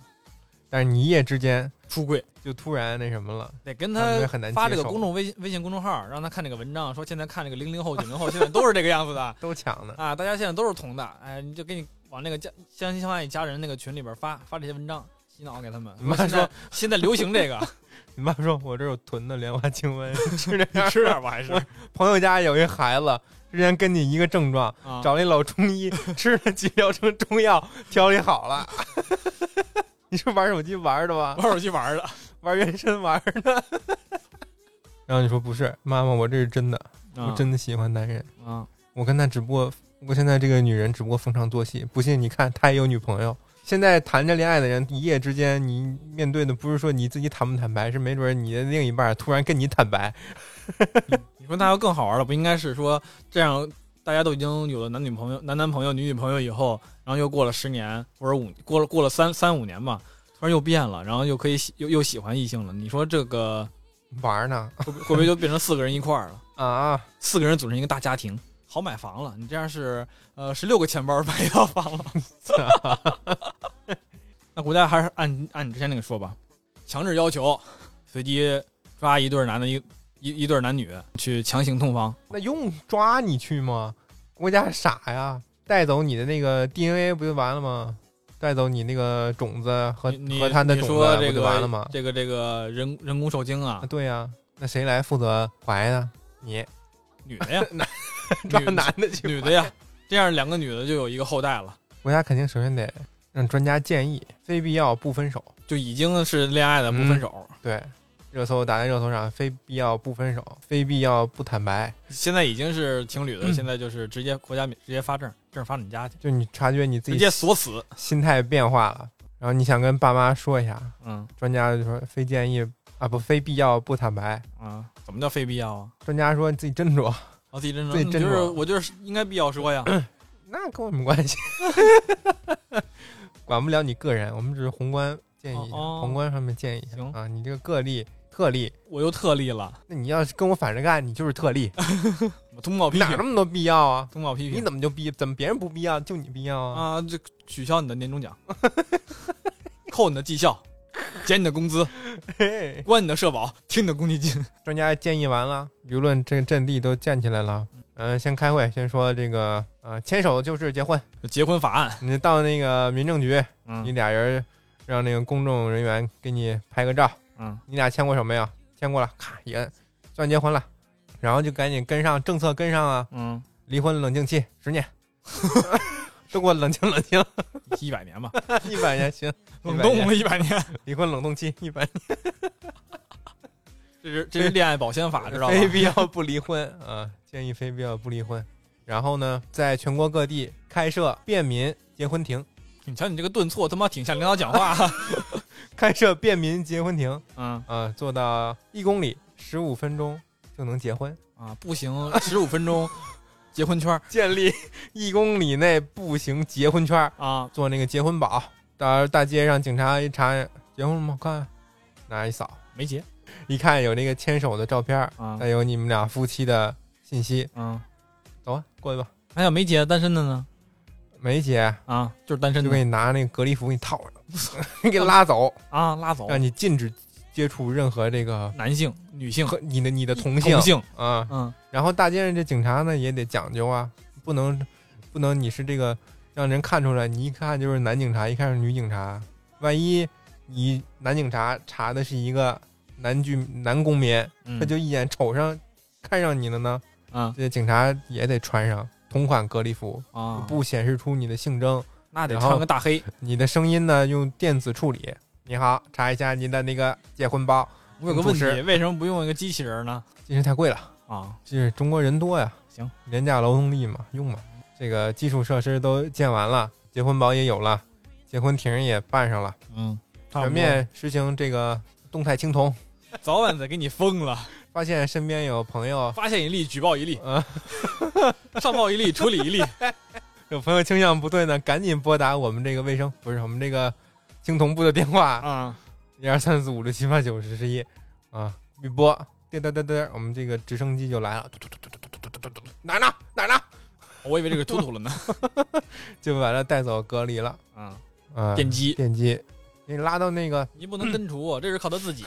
Speaker 1: 但是你一夜之间
Speaker 2: 出柜
Speaker 1: 就突然那什么了，
Speaker 2: 得跟
Speaker 1: 他
Speaker 2: 他
Speaker 1: 们也很难
Speaker 2: 发
Speaker 1: 接
Speaker 2: 这个
Speaker 1: 受
Speaker 2: 公众微信微信公众号，让他看这个文章，说现在看这个零零后、九零后，现在都是这个样子的
Speaker 1: 都抢呢。
Speaker 2: 啊，大家现在都是同的，哎，你就给你往那个家相亲相爱一家人那个群里边发发这些文章，洗脑给他们。
Speaker 1: 你妈
Speaker 2: 现在
Speaker 1: 说
Speaker 2: 现在流行这个，
Speaker 1: 你妈说，我这有囤的莲花清瘟， [laughs] 吃这样。
Speaker 2: 吃点吧，还是
Speaker 1: 我朋友家有一孩子，之前跟你一个症状，
Speaker 2: [laughs] 啊，
Speaker 1: 找了一老中医，吃了几疗程中药，调理好了。 [laughs] 你是玩手机玩的吧？
Speaker 2: [laughs] 玩手机玩的。
Speaker 1: 玩原神玩的？
Speaker 2: [laughs]
Speaker 1: 然后你说不是，妈妈，我这是真的，我真的喜欢男人。
Speaker 2: 啊，
Speaker 1: 我跟他只不过，我现在这个女人只不过逢场作戏。不信你看，她也有女朋友。现在谈着恋爱的人，一夜之间，你面对的不是说你自己坦不坦白，是没准儿你的另一半突然跟你坦白。
Speaker 2: 你说那要更好玩了，不应该是说这样？大家都已经有了男女朋友、男男朋友、女女朋友以后，然后又过了十年或者五过了过了三三五年吧，突然又变了，然后又可以喜又又喜欢异性了。你说这个
Speaker 1: 玩儿呢
Speaker 2: 会不会会不会就变成四个人一块儿了？ [laughs]
Speaker 1: 啊！ [laughs]
Speaker 2: 四个人组成一个大家庭，好买房了。你这样是呃十六个钱包买一套房了。 [laughs] 那国家还是按按你之前那个说吧，强制要求随机抓一对儿男的一一一对儿男女去强行通房，
Speaker 1: 那用抓你去吗？国家傻呀，带走你的那个 DNA 不就完了吗？带走你那个种子和
Speaker 2: 你你
Speaker 1: 和他的
Speaker 2: 你
Speaker 1: 种子
Speaker 2: 说这
Speaker 1: 不
Speaker 2: 个
Speaker 1: 就完了吗？
Speaker 2: 这个这个人人工受精啊
Speaker 1: [laughs] 啊，，对呀、那谁来负责怀呢？
Speaker 2: [laughs]
Speaker 1: 你
Speaker 2: 女
Speaker 1: [laughs]
Speaker 2: 的呀，
Speaker 1: 抓
Speaker 2: 女
Speaker 1: 男的去，
Speaker 2: 女的呀，这样两个女的就有一个后代了，
Speaker 1: 国家肯定首先得让专家建议，非必要不分手。
Speaker 2: 就已经是恋爱的不
Speaker 1: 嗯
Speaker 2: 分手。
Speaker 1: 对，热搜打在热搜上，非必要不分手，非必要不坦白。
Speaker 2: 现在已经是情侣
Speaker 1: 嗯
Speaker 2: 的，现在就是直接国家免直接发证，证发你家去，
Speaker 1: 就你察觉你自
Speaker 2: 直
Speaker 1: 己
Speaker 2: 接
Speaker 1: [laughs]
Speaker 2: 锁死。
Speaker 1: 心态变化了，然后你想跟爸妈说一下，
Speaker 2: 嗯
Speaker 1: 专家就说非建议啊，不非必要不坦白。
Speaker 2: 啊，怎么叫非必要啊？
Speaker 1: 专家说你自己斟酌，
Speaker 2: 我自己真
Speaker 1: 自己嗯斟酌
Speaker 2: 就是我就是应该必要说呀。
Speaker 1: 那跟我们关系， [laughs] 管不了你个人，我们只是宏观建议一下，
Speaker 2: 哦哦
Speaker 1: 宏观上面建议一下
Speaker 2: 行
Speaker 1: 啊。你这个个例特例，
Speaker 2: 我又特例了，
Speaker 1: 那你要是跟我反着干，你就是特例，
Speaker 2: 我通报批
Speaker 1: 哪
Speaker 2: 评
Speaker 1: 那，么多必要啊？
Speaker 2: 通报批
Speaker 1: 你
Speaker 2: 评
Speaker 1: 怎么就必怎么别人不必要，就你必要啊？
Speaker 2: 啊，这取消你的年终奖，扣你的绩效，减你的工资，
Speaker 1: [laughs] 嘿嘿
Speaker 2: 关你的社保，停你的公积金。
Speaker 1: 专家建议完了，舆论这个阵地都建起来了。嗯、先开会，先说这个，呃，牵手就是结婚。
Speaker 2: 结婚法案，
Speaker 1: 你到那个民政局，你
Speaker 2: 嗯
Speaker 1: 俩人让那个公证人员给你拍个照，
Speaker 2: 嗯，
Speaker 1: 你俩签过手没有？签过了，咔一摁，算结婚了。然后就赶紧跟上政策，跟上啊！
Speaker 2: 嗯，
Speaker 1: 离婚冷静期十年， [laughs] 都给我冷静冷静，
Speaker 2: [laughs] 一百年吧，
Speaker 1: 一百年行，
Speaker 2: 冷
Speaker 1: 100
Speaker 2: 冻
Speaker 1: 年
Speaker 2: 了一百年，
Speaker 1: 离婚冷冻期一百年，
Speaker 2: 这是这是恋爱保鲜法，知道吧？
Speaker 1: 非必要不离婚 [laughs] 啊！建议非必要不离婚。然后呢，在全国各地开设便民结婚庭，
Speaker 2: 你瞧你这个顿挫，他妈挺像领导讲话。 [laughs]
Speaker 1: 开设便民结婚庭
Speaker 2: 嗯
Speaker 1: 啊，做到一公里十五分钟就能结婚，
Speaker 2: 啊，步行十五分 [laughs] 钟，结婚圈儿
Speaker 1: 建立一公里内步行结婚圈儿，
Speaker 2: 啊，
Speaker 1: 做那个结婚宝，到大街上警察一查，结婚了吗？看，拿一扫，
Speaker 2: 没结
Speaker 1: 一看有那个牵手的照片儿，
Speaker 2: 啊
Speaker 1: 再，有你们俩夫妻的信息，
Speaker 2: 嗯，
Speaker 1: 走啊，过去吧。
Speaker 2: 哎还有没结单身的呢？
Speaker 1: 没结，
Speaker 2: 啊，就是单身
Speaker 1: 就 [laughs]
Speaker 2: 的
Speaker 1: 给。你拿那个隔离服给你套上，
Speaker 2: 嗯
Speaker 1: 给拉走，
Speaker 2: 啊，拉走
Speaker 1: 让你禁止接触任何这个
Speaker 2: 男性、女性、
Speaker 1: 和你的你的同
Speaker 2: 同
Speaker 1: 性
Speaker 2: 性，
Speaker 1: 啊。
Speaker 2: 嗯，
Speaker 1: 然后大街上这警察呢也得讲究啊，不能不能你是这个让人看出来，你一看就是男警察，一看是女警察，万一你男警察查的是一个男居男公民，
Speaker 2: 嗯
Speaker 1: 他就一眼瞅上看上你了呢，
Speaker 2: 嗯
Speaker 1: 这警察也得穿上同款隔离服，
Speaker 2: 啊，
Speaker 1: 不显示出你的性征。
Speaker 2: 那得
Speaker 1: 然后
Speaker 2: 穿个大黑，
Speaker 1: 你的声音呢用电子处理。你好，查一下您的那个结婚包，
Speaker 2: 我有个问
Speaker 1: 主
Speaker 2: 题，
Speaker 1: 持
Speaker 2: 为什么不用一个机器人呢？
Speaker 1: 其实太贵了，
Speaker 2: 啊，
Speaker 1: 就是中国人多呀，
Speaker 2: 行，
Speaker 1: 廉价劳动力嘛，用嘛。这个基础设施都建完了，结婚包也有了，结婚亭也办上了，
Speaker 2: 嗯，差不
Speaker 1: 全
Speaker 2: 多
Speaker 1: 面实行这个动态青铜。
Speaker 2: 早晚得给你封了。
Speaker 1: 发现身边有朋友，
Speaker 2: 发现一例，举报一例，
Speaker 1: 嗯
Speaker 2: [laughs] 上报一例，处理一例。
Speaker 1: 有朋友倾向不对呢，赶紧拨打我们这个卫生不是我们这个青铜部的电话，
Speaker 2: 啊，
Speaker 1: 一二三四五六七八九十十一啊，一拨，嘚嘚嘚嘚，我们这个直升机就来了，嘟嘟嘟嘟嘟嘟嘟嘟嘟嘟，哪儿呢哪儿呢，
Speaker 2: 我以为这个突突了呢。
Speaker 1: 就把他带走隔离了，
Speaker 2: 啊，
Speaker 1: 啊，
Speaker 2: 电击，
Speaker 1: 电击，给你拉到那
Speaker 2: [laughs]
Speaker 1: 个，
Speaker 2: 你不能根除，啊这是靠他 [laughs] 自己。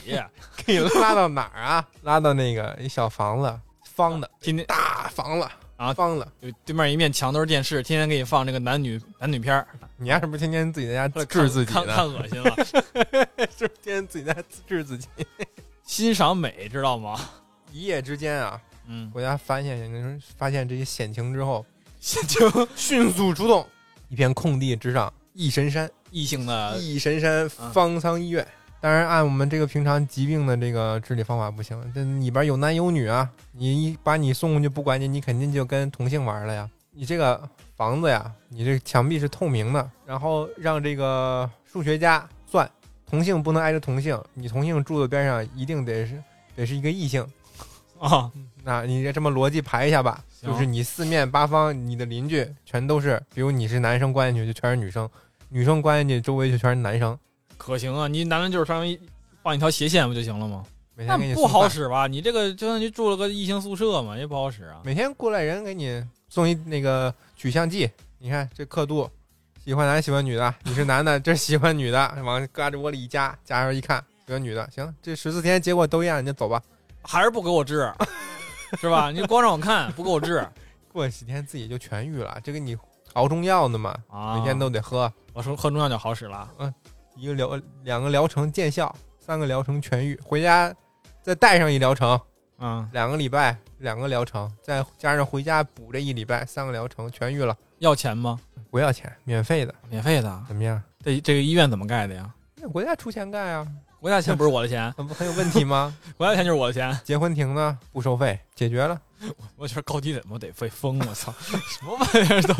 Speaker 1: 给你拉到哪儿啊？拉到那个一小房子，方的
Speaker 2: 天天
Speaker 1: 大房子
Speaker 2: 啊
Speaker 1: 方的，
Speaker 2: 对对面一面墙都是电视，天天给你放这个男女男女
Speaker 1: [laughs]
Speaker 2: 片儿，
Speaker 1: 你丫是不是天天自己在家自
Speaker 2: 看
Speaker 1: 制自己
Speaker 2: 看
Speaker 1: 呢？
Speaker 2: 看恶心 [laughs] 了。
Speaker 1: 是不是天天自己在家自制自己？
Speaker 2: 欣赏美，知道吗？
Speaker 1: 一夜之间啊，
Speaker 2: 嗯，
Speaker 1: 国家发现你说发现这些险情之
Speaker 2: [laughs]
Speaker 1: 后，
Speaker 2: 现就
Speaker 1: 迅速出动，一片空地之上，一神山。
Speaker 2: 异性的
Speaker 1: 义神山方舱医院。当然，按我们这个平常疾病的这个治理方法不行，这里边有男有女啊，你一把你送过去不管你，你肯定就跟同性玩了呀。你这个房子呀，你这墙壁是透明的，然后让这个数学家算，同性不能挨着同性，你同性住的边上一定得是得是一个异性。
Speaker 2: 啊，
Speaker 1: 那你这么逻辑排一下吧，
Speaker 2: 行
Speaker 1: 就是你四面八方，你的邻居全都是，比如你是男生关进去就全是女生，女生关进去周围就全是男生。
Speaker 2: 可行啊！你男人就是稍微放一条斜线不就行了吗？
Speaker 1: 每
Speaker 2: 那
Speaker 1: 天给你
Speaker 2: 不
Speaker 1: 送
Speaker 2: 好
Speaker 1: 饭，
Speaker 2: 使吧？你这个就相当于住了个异性宿舍嘛，也不好使
Speaker 1: [laughs]
Speaker 2: 啊。
Speaker 1: 每天过来人给你送一那个取像剂，你看这刻度，喜欢男喜欢女的，你是男的，这喜欢女的，往胳肢窝里一夹，夹上一看喜欢女的，行，这十四天结果都一样，你就走吧。
Speaker 2: 还是不给我治，是吧？你光让我看，不给我治
Speaker 1: 过几天自己就痊愈了，这给你熬中药呢嘛，
Speaker 2: 啊！
Speaker 1: 每天都得喝，
Speaker 2: 我说喝中药就好使了，
Speaker 1: 一个疗两个疗程见效，三个疗程痊愈，回家再带上一疗程，
Speaker 2: 嗯，
Speaker 1: 两个礼拜两个疗程，再加上回家补这一礼拜，三个疗程痊愈了，
Speaker 2: 要钱吗？
Speaker 1: 不要钱，免费的，
Speaker 2: 免费的，
Speaker 1: 怎么样？
Speaker 2: 这这个医院怎么盖的呀？
Speaker 1: 那国家出钱盖啊，
Speaker 2: 国家钱不是我的 [laughs] 钱，
Speaker 1: 很不很有问题吗？
Speaker 2: 国家钱就是我的钱。
Speaker 1: 结婚亭呢不收费，解决了。
Speaker 2: 我觉得高低怎么得被封， [laughs] 我操，什么玩意儿都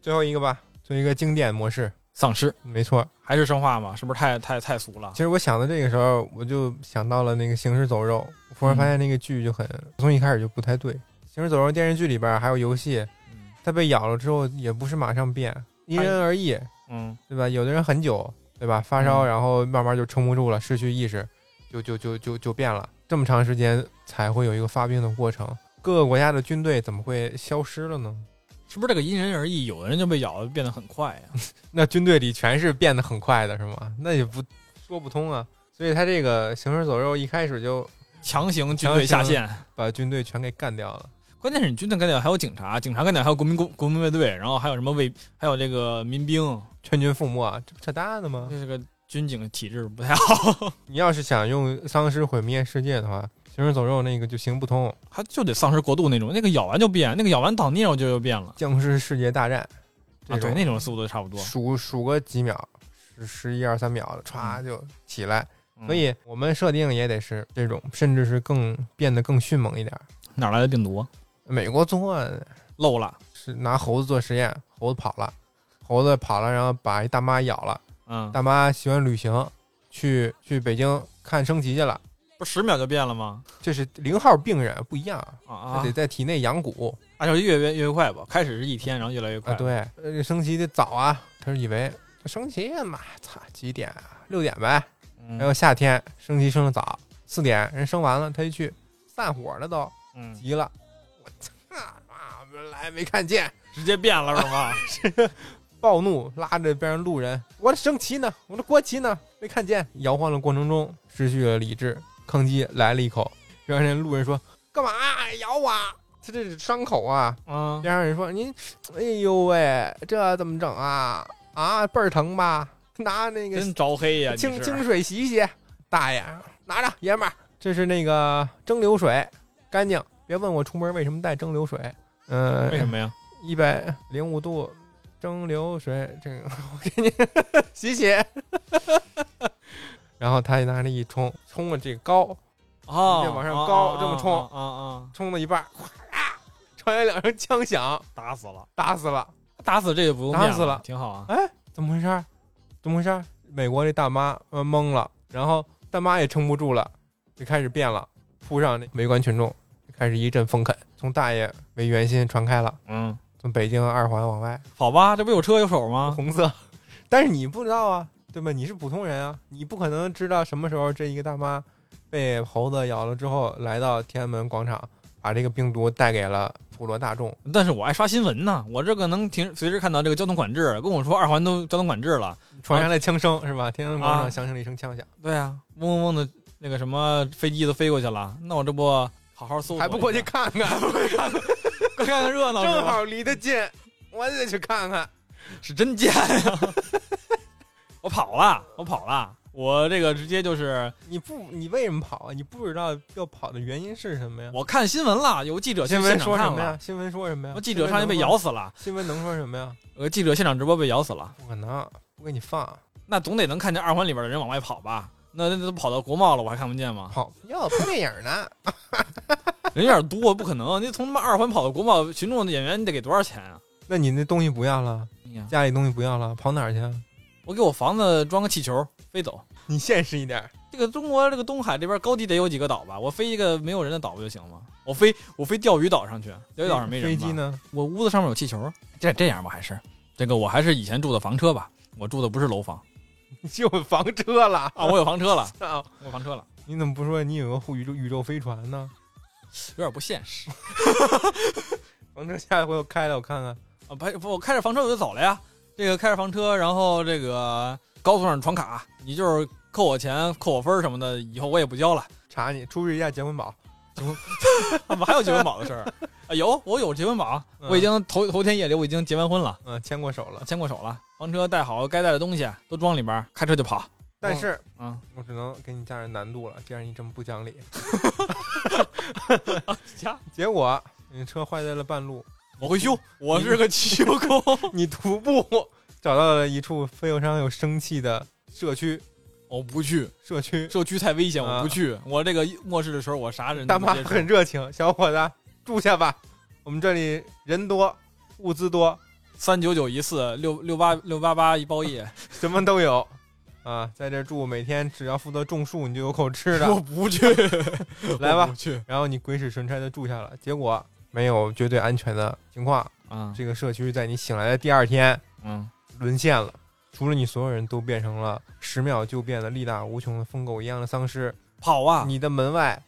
Speaker 1: 最后一个吧，做一个经典模式，
Speaker 2: 丧尸，
Speaker 1: 没错。
Speaker 2: 还是生化嘛？是不是太太太俗了
Speaker 1: 其？实我想到这个时候，我就想到了那个《行尸走肉》，我忽然发现那个剧就很从一开始就不太对。《行尸走肉》电视剧里边还有游戏，
Speaker 2: 嗯
Speaker 1: 它被咬了之后也不是马上变，因人而异，
Speaker 2: 嗯，
Speaker 1: 对吧？有的人很久，对吧？发烧，
Speaker 2: 嗯
Speaker 1: 然后慢慢就撑不住了，失去意识，就就就就就变了。这么长时间才会有一个发病的过程。各个国家的军队怎么会消失了呢？
Speaker 2: 是不是这个因人而异？有的人就被咬得变得很快呀。
Speaker 1: 那军队里全是变得很快的，是吗？那也不说不通啊。所以他这个行尸走肉一开始就
Speaker 2: 强行军队下线，
Speaker 1: 把军队全给干掉了。
Speaker 2: 关键是你军队干掉还有警察，警察干掉还有国民国国民卫队，然后还有什么卫，还有这个民兵，
Speaker 1: 全军覆没，啊这不扯淡的吗？
Speaker 2: 这是个军警体制不太好，
Speaker 1: 你要是想用丧尸毁灭世界的话，行尸走肉那个就行不通。
Speaker 2: 他就得丧尸过度那种，那个咬完就变，那个咬完倒蹑我就又变了
Speaker 1: 僵尸世界大战，
Speaker 2: 啊，
Speaker 1: 这
Speaker 2: 对，
Speaker 1: 种
Speaker 2: 那种速度差不多。
Speaker 1: 数数个几秒，十十一二三秒的，歘就起来。
Speaker 2: 嗯
Speaker 1: 所以我们设定也得是这种，甚至是更变得更迅猛一点儿。
Speaker 2: 哪来的病毒？啊
Speaker 1: 美国做
Speaker 2: 漏了，
Speaker 1: 是拿猴子做实验，猴子跑了，猴子跑了，然后把一大妈咬了，
Speaker 2: 嗯，
Speaker 1: 大妈喜欢旅行，去去北京看升旗去了。
Speaker 2: 不十秒就变了吗？
Speaker 1: 这是零号病人不一样，
Speaker 2: 啊
Speaker 1: 他
Speaker 2: 啊
Speaker 1: 得，在体内养蛊
Speaker 2: 按照越变越快吧，开始是一天，然后越来越快。
Speaker 1: 啊。，对，呃升旗得早啊。他说以为升旗嘛，操几点啊？六点呗。
Speaker 2: 嗯
Speaker 1: 还有夏天升旗升的早，四点人升完了，他一去散伙了都，
Speaker 2: 嗯，
Speaker 1: 急了，我操，妈来没看见，
Speaker 2: [laughs] 直接变了是吗？
Speaker 1: 暴怒，拉着边上路人：“我的升旗呢？我的国旗呢？没看见！”摇晃的过程中失去了理智，吭叽来了一口。边上那路人说：“干嘛咬我？他这是伤口啊！”
Speaker 2: 啊，
Speaker 1: 边上人说：“您，哎呦喂，这怎么整啊？啊，倍儿疼吧？拿那个
Speaker 2: 真招黑呀！你
Speaker 1: 清
Speaker 2: 是
Speaker 1: 清水洗一洗。大爷，拿着，爷们儿，这是那个蒸馏水，干净。别问我出门为什么带蒸馏水，嗯、
Speaker 2: 为什么呀？
Speaker 1: 一百零五度蒸馏水，这个 [laughs] 我给你洗 [laughs] 洗。然后他拿着一冲，冲了这个高，
Speaker 2: [laughs] 哦，
Speaker 1: 直接往上高
Speaker 2: 啊
Speaker 1: 这么冲
Speaker 2: 啊啊啊！
Speaker 1: 冲到一半儿，哗啦，传来两声枪响，
Speaker 2: 打死了，
Speaker 1: 打死了。
Speaker 2: 打死这个不用
Speaker 1: 打
Speaker 2: 面
Speaker 1: 死了
Speaker 2: 挺好啊。
Speaker 1: 怎么回事儿？怎么回事儿？美国这大妈呃懵了，然后大妈也撑不住了，就开始变了，扑上那围观群众，开始一阵疯啃，从大爷为圆心传开了，
Speaker 2: 嗯，
Speaker 1: 从北京二环往外，
Speaker 2: 好吧，这不有车有手吗？
Speaker 1: 红色。 [laughs] 但是你不知道啊，对吧？你是普通人啊，你不可能知道什么时候这一个大妈被猴子咬了之后，来到天安门广场，把这个病毒带给了普罗大众。
Speaker 2: 但是我爱刷新闻呢，我这个能停随时看到这个交通管制，跟我说二环都交通管制了。
Speaker 1: 传来了枪声，是吧？天安门广
Speaker 2: 啊
Speaker 1: 场响起了一声枪响，
Speaker 2: 对啊，嗡嗡嗡的那个什么飞机都飞过去了，那我这不好好搜索一下，
Speaker 1: 还不过去看看？ [laughs]
Speaker 2: 看 [laughs] 看热闹是吧？
Speaker 1: 正好离得近，我得去看看。
Speaker 2: 是真贱 [laughs] 呀、我跑了，我跑了，我这个直接就是
Speaker 1: 你不，你为什么跑啊？你不知道要跑的原因是什么呀？
Speaker 2: 我看新闻了，有记者去
Speaker 1: 新
Speaker 2: 现
Speaker 1: 闻
Speaker 2: 场
Speaker 1: 说
Speaker 2: 看
Speaker 1: 什么呀
Speaker 2: 了？，
Speaker 1: 新闻说什么呀
Speaker 2: 我？记者上去被咬死了，
Speaker 1: 新闻能说什么呀？
Speaker 2: 呃，记者现场直播被咬死了，
Speaker 1: 不可能，不给你放，
Speaker 2: 那总得能看见二环里边的人往外跑吧？那那都跑到国贸了，我还看不见吗？ [laughs]
Speaker 1: 跑要拍电影呢。
Speaker 2: 人有点多，不可能，你从他妈二环跑到国贸，群众的演员你得给多少钱啊？
Speaker 1: 那你那东西不要了，
Speaker 2: 哎呀，
Speaker 1: 家里东西不要了，跑哪儿去啊？
Speaker 2: 我给我房子装个气球飞走。
Speaker 1: 你现实一点，
Speaker 2: 这个中国这个东海这边高低得有几个岛吧？我飞一个没有人的岛不就行吗？我飞我飞钓鱼岛上去，钓鱼岛上没人
Speaker 1: 飞
Speaker 2: 吧
Speaker 1: 机呢？ [laughs]
Speaker 2: 我屋子上面有气球，这这样吧，还是这个我还是以前住的房车吧，我住的不是楼房
Speaker 1: 你有房车了 [laughs]
Speaker 2: 啊，我有房车了，
Speaker 1: 操！
Speaker 2: 我有房车了，
Speaker 1: 你怎么不说你有个宇宙宇宙飞船呢？
Speaker 2: 有点不现实
Speaker 1: 房车下一回我开了我看看。
Speaker 2: 啊，不不，我开着房车我就走了呀，这个开着房车，然后这个高速上闯卡，你就是扣我钱、扣我分儿什么的，以后我也不交了。 [laughs]
Speaker 1: 查你出示一下结婚宝，
Speaker 2: 怎么还有结婚宝的事儿啊？有，我有结婚宝，
Speaker 1: 嗯
Speaker 2: 我已经头头天夜里我已经结完婚了，
Speaker 1: 嗯，牵过手了。
Speaker 2: 牵过手了，房车带好该带的东西都装里边儿，开车就跑。
Speaker 1: 但是
Speaker 2: 啊，
Speaker 1: 我只能给你加点难度了，既然你这么不讲理，
Speaker 2: 加
Speaker 1: 结果你车坏在了半 [laughs] 路，
Speaker 2: 我会修，我是个汽修工。
Speaker 1: 你徒步找到了一处非常有生气的社区，
Speaker 2: [laughs] 我不去，
Speaker 1: 社区
Speaker 2: 社区太危险，
Speaker 1: 啊
Speaker 2: 我不去。我这个末世的时候，我啥人都
Speaker 1: 大
Speaker 2: 不
Speaker 1: 妈
Speaker 2: 接触
Speaker 1: 很热情，小伙子住下吧，我们这里人多，物资多，
Speaker 2: 三九九一次六六八六八八一包
Speaker 1: [laughs]
Speaker 2: 夜，
Speaker 1: 什么都有。啊，在这住，每天只要负责种树，你就有口吃
Speaker 2: 我
Speaker 1: 的。
Speaker 2: 不去，
Speaker 1: [laughs] 来吧
Speaker 2: 我不去
Speaker 1: 然后你鬼使神差的住下了，结果没有绝对安全的情况。
Speaker 2: 啊，
Speaker 1: 这个社区在你醒来的第二天
Speaker 2: 嗯，
Speaker 1: 沦陷了，除了你，所有人都变成了十秒就变得力大无穷的疯狗一样的丧尸。
Speaker 2: 跑啊， [laughs]
Speaker 1: 你的门外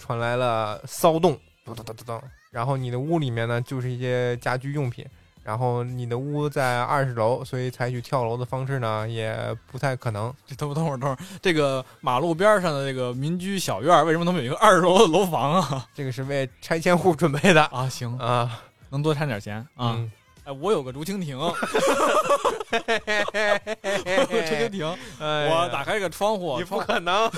Speaker 1: 传来了骚动，咚咚咚咚咚。然后你的屋里面呢，就是一些家居用品。然后你的屋在二十楼，所以采取跳楼的方式呢，也不太可能。
Speaker 2: 这等会儿等会儿等会儿，这个马路边上的这个民居小院儿，为什么他们有一个二十楼的楼房啊？
Speaker 1: 这个是为拆迁户准
Speaker 2: [laughs]
Speaker 1: 备的
Speaker 2: 啊，行，
Speaker 1: 啊
Speaker 2: 能多掺点钱啊。
Speaker 1: 嗯，
Speaker 2: 哎，我有个竹蜻蜓， [laughs] 竹蜻蜓，
Speaker 1: 哎呀
Speaker 2: 我打开这个窗户，
Speaker 1: 你不
Speaker 2: 窗
Speaker 1: 可能，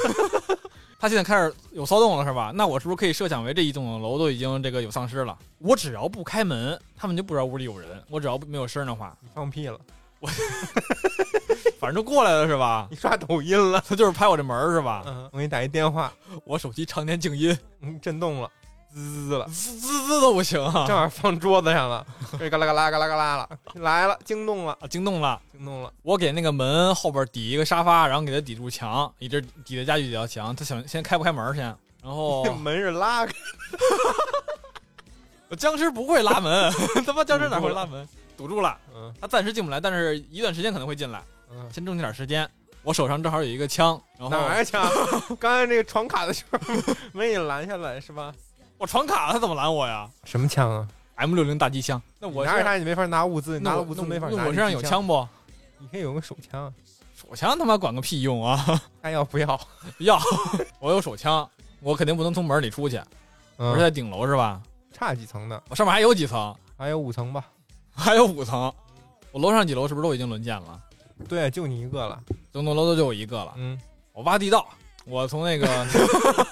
Speaker 2: 他现在开始有骚动了，是吧？那我是不是可以设想为这一栋楼都已经这个有丧尸了？我只要不开门，他们就不知道屋里有人。我只要没有声儿的话， [laughs]
Speaker 1: 你放屁了，
Speaker 2: 反正就过来了，是吧？
Speaker 1: 你刷抖音了。
Speaker 2: 他就是拍我这门儿，是吧？
Speaker 1: 嗯，我给你打一电话，
Speaker 2: 我手机常年静音，
Speaker 1: 嗯，震动了，滋滋了，
Speaker 2: 滋滋滋都不行啊！
Speaker 1: 正好放桌子上了，这嘎啦嘎啦嘎啦嘎啦了，来了，惊动了，
Speaker 2: 啊惊动了，
Speaker 1: 惊动了，
Speaker 2: 我给那个门后边抵一个沙发，然后给它抵住墙，一直抵在家具底下墙。他想先开不开门儿先，
Speaker 1: [laughs]
Speaker 2: 然后
Speaker 1: 这门是拉开，
Speaker 2: 僵尸不会拉门， [laughs] 他妈僵尸哪会拉门？堵住了，
Speaker 1: 嗯
Speaker 2: 他暂时进不来，但是一段时间可能会进来。
Speaker 1: 嗯。
Speaker 2: 先争取点时间。我手上正好有一个枪，然后
Speaker 1: 哪儿 [laughs] 去啊？刚才那个闯卡的时候没给你拦下来是吧？
Speaker 2: 我闯卡了，他怎么拦我呀？
Speaker 1: 什么枪啊？
Speaker 2: M 六零大机枪，那我
Speaker 1: 拿着
Speaker 2: 身上
Speaker 1: 它你没法拿物资，你
Speaker 2: 那
Speaker 1: 拿了
Speaker 2: 我
Speaker 1: 物资
Speaker 2: 那
Speaker 1: 没法
Speaker 2: 那
Speaker 1: 拿。
Speaker 2: 我身上有
Speaker 1: 你机，
Speaker 2: 枪不？
Speaker 1: 你可以有个手枪，啊
Speaker 2: 手枪他妈管个屁用啊！ [laughs]
Speaker 1: 看要不要？
Speaker 2: 要我有手枪，我肯定不能从门里出去。我是
Speaker 1: 嗯，
Speaker 2: 在顶楼是吧？
Speaker 1: 差几层呢？
Speaker 2: 我上面还有几层，
Speaker 1: 还有五层吧？
Speaker 2: 还有五层。我楼上几楼是不是都已经沦陷了？
Speaker 1: 对，就你一个了。
Speaker 2: 整栋楼都就我一个了。
Speaker 1: 嗯，
Speaker 2: 我挖地道，我从那个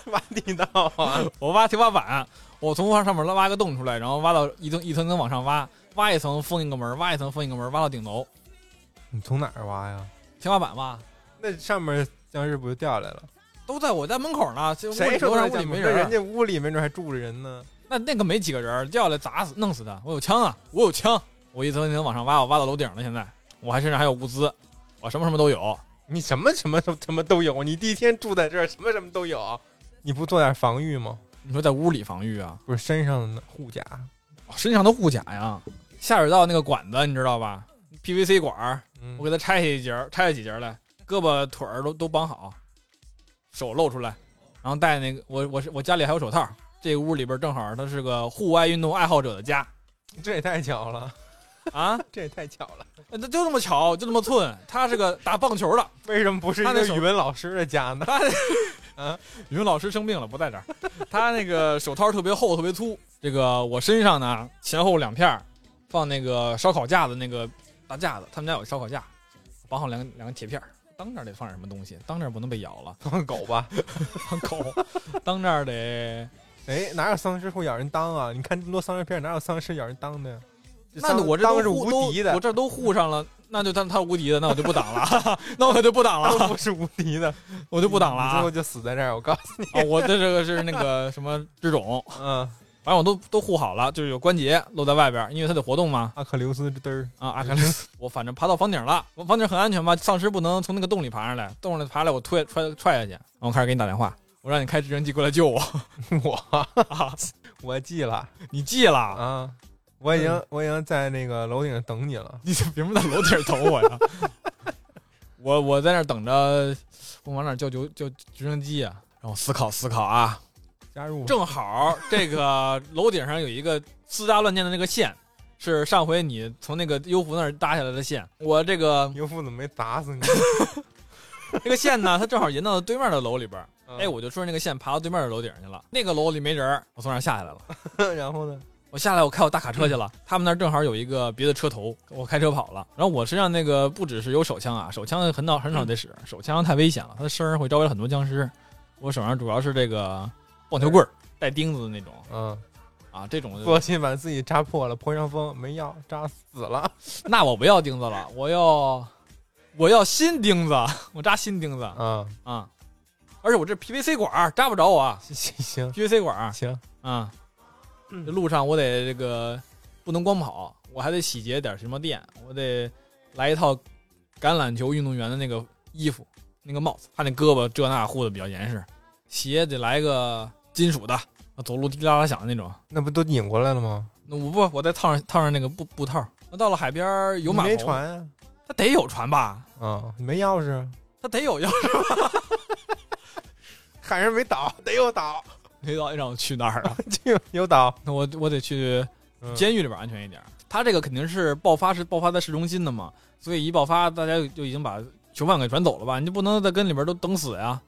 Speaker 2: [laughs]
Speaker 1: 挖地道啊！
Speaker 2: 我挖天花板，我从上上面挖个洞出来，然后挖到一层一层层往上挖，挖一层封一个门，挖一层封一个门，挖到顶楼
Speaker 1: [laughs] 你从哪儿挖呀？
Speaker 2: 天花板挖，
Speaker 1: 那上面僵尸不就掉下来了？
Speaker 2: 都在我家门口呢。这屋
Speaker 1: 谁说
Speaker 2: 楼上屋
Speaker 1: 在
Speaker 2: 里
Speaker 1: 没
Speaker 2: 没
Speaker 1: 人？
Speaker 2: 人
Speaker 1: 人
Speaker 2: 啊？
Speaker 1: 家屋里没准还住着人呢。
Speaker 2: 那那个没几个人，掉下来砸死弄死他。我有枪啊，我有枪，我一层一层往上挖，我挖到楼顶了。现在我还身上还有物资，我什么什么都有。
Speaker 1: 你什么什么都什么都有，你第一天住在这儿，什么什么都有。你不做点防御吗？
Speaker 2: 你说在屋里防御啊？
Speaker 1: 不是身上的护甲，
Speaker 2: 哦身上的护甲呀，下水道那个管子你知道吧？PVC 管儿，
Speaker 1: 嗯
Speaker 2: 我，给它拆下一截儿，拆下几截儿来，胳膊腿儿都都绑好，手露出来，然后戴那个我我是我家里还有手套，这个屋里边正好它是个户外运动爱好者的家
Speaker 1: [laughs] 这也太巧了，
Speaker 2: 啊，
Speaker 1: 这也太巧了。
Speaker 2: 那就这么巧，就这么寸，他是个打棒球的，
Speaker 1: 为什么不是一
Speaker 2: 他那
Speaker 1: 个
Speaker 2: 手
Speaker 1: 语文老师的家呢？
Speaker 2: 他
Speaker 1: 啊，
Speaker 2: 语文老师生病了不在这儿，他那个手套特别厚特别粗，这个我身上呢前后两片儿放那个烧烤架子那个大架子，他们家有烧烤架，绑好两个两个铁片儿。当这儿得放点什么东西，当这儿不能被咬了。
Speaker 1: 放狗吧？
Speaker 2: 放狗，当这
Speaker 1: [laughs]
Speaker 2: 儿得。
Speaker 1: [laughs] 哎，哪有丧尸会咬人裆啊？你看这么多丧尸片，哪有丧尸咬人裆的呀？这
Speaker 2: 那
Speaker 1: 丧
Speaker 2: 我这
Speaker 1: 裆
Speaker 2: 都
Speaker 1: 是
Speaker 2: 护
Speaker 1: 无敌
Speaker 2: 都
Speaker 1: 的
Speaker 2: 我，这都护上了，那就他他无敌的，那我就不挡了， [laughs] 那我可就不
Speaker 1: [laughs]
Speaker 2: 挡了， [laughs]
Speaker 1: 裆不是无敌的，
Speaker 2: 我就不
Speaker 1: [laughs]
Speaker 2: 挡了
Speaker 1: 你最后
Speaker 2: 啊！
Speaker 1: 就死在这儿。我告诉
Speaker 2: 啊我的这个是那个什么这种，
Speaker 1: 你， [laughs] 嗯，
Speaker 2: 反正我都都护好了，就是有关节露在外边儿，因为它得活动嘛。
Speaker 1: 阿克琉斯之嘚儿， [laughs]
Speaker 2: 啊，阿克琉斯，我反正 [laughs] 爬到房顶了，我房顶很安全吧？丧尸不能从那个洞里爬上来，洞里爬来我推踹踹下去，然后开始给你打电话，我让你开直升机过来救我， [laughs]
Speaker 1: 我 [laughs] 我记了
Speaker 2: 你记了？
Speaker 1: 啊，我已经我已经在那个楼顶上等你了。
Speaker 2: 你凭什么在楼顶等我呀？ [laughs] 我我在那儿等着，我往哪儿叫救叫直升机啊？让我思考思考啊！
Speaker 1: 加入吧
Speaker 2: 正好这个楼顶上有一个私搭乱建的那个线，是上回你从那个优芙那儿搭下来的线。我这个
Speaker 1: 牛父怎么没打 [laughs] 死你？
Speaker 2: 这个线呢，它正好延到了对面的楼里边儿。
Speaker 1: 嗯
Speaker 2: 哎，我就顺着那个线爬到对面的楼顶上去了。那个楼里没人儿，我从那儿下下来了。
Speaker 1: 嗯 [laughs] 然后呢？
Speaker 2: 我下来，我开我大卡车去了。他们那儿正好有一个别的车头，我开车跑了。然后我身上那个不只是有手枪啊，手枪很少很少得使，手枪太危险了，它的声儿会招来很多僵尸。我手上主要是这个棒球棍儿，带钉子的那种
Speaker 1: 嗯，
Speaker 2: 啊，这种
Speaker 1: 不小心把自己扎破了，破伤风没药，扎死了。
Speaker 2: 那我不要钉子了，我要我要新钉子， [laughs] 我扎新钉子啊、
Speaker 1: 嗯，
Speaker 2: 而且我这 PVC 管儿扎不着我啊
Speaker 1: [laughs] 行行
Speaker 2: ，PVC 管儿
Speaker 1: 行，
Speaker 2: 啊，
Speaker 1: 嗯
Speaker 2: 这路上我得这个不能光跑，我还得洗劫点什么店，我得来一套橄榄球运动员的那个衣服、那个帽子，他那胳膊这那护的比较严实，鞋得来个金属的，走路滴啦啦响的那种。
Speaker 1: 那不都引过来了吗？
Speaker 2: 那我不，我再套上套上那个布布套。那到了海边儿有
Speaker 1: 你
Speaker 2: 码
Speaker 1: 没
Speaker 2: 头，
Speaker 1: 船啊？
Speaker 2: 他得有船吧？
Speaker 1: 啊，你没钥匙啊，
Speaker 2: 他得有要
Speaker 1: 喊人没倒，得有倒，
Speaker 2: 没到让我去那儿啊？
Speaker 1: [laughs] 就有倒。
Speaker 2: 那我我得去
Speaker 1: 嗯
Speaker 2: 监狱里边安全一点儿。他这个肯定是爆发是爆发在市中心的嘛，所以一爆发，大家就已经把囚犯给转走了吧？你就不能再跟里边都等死呀，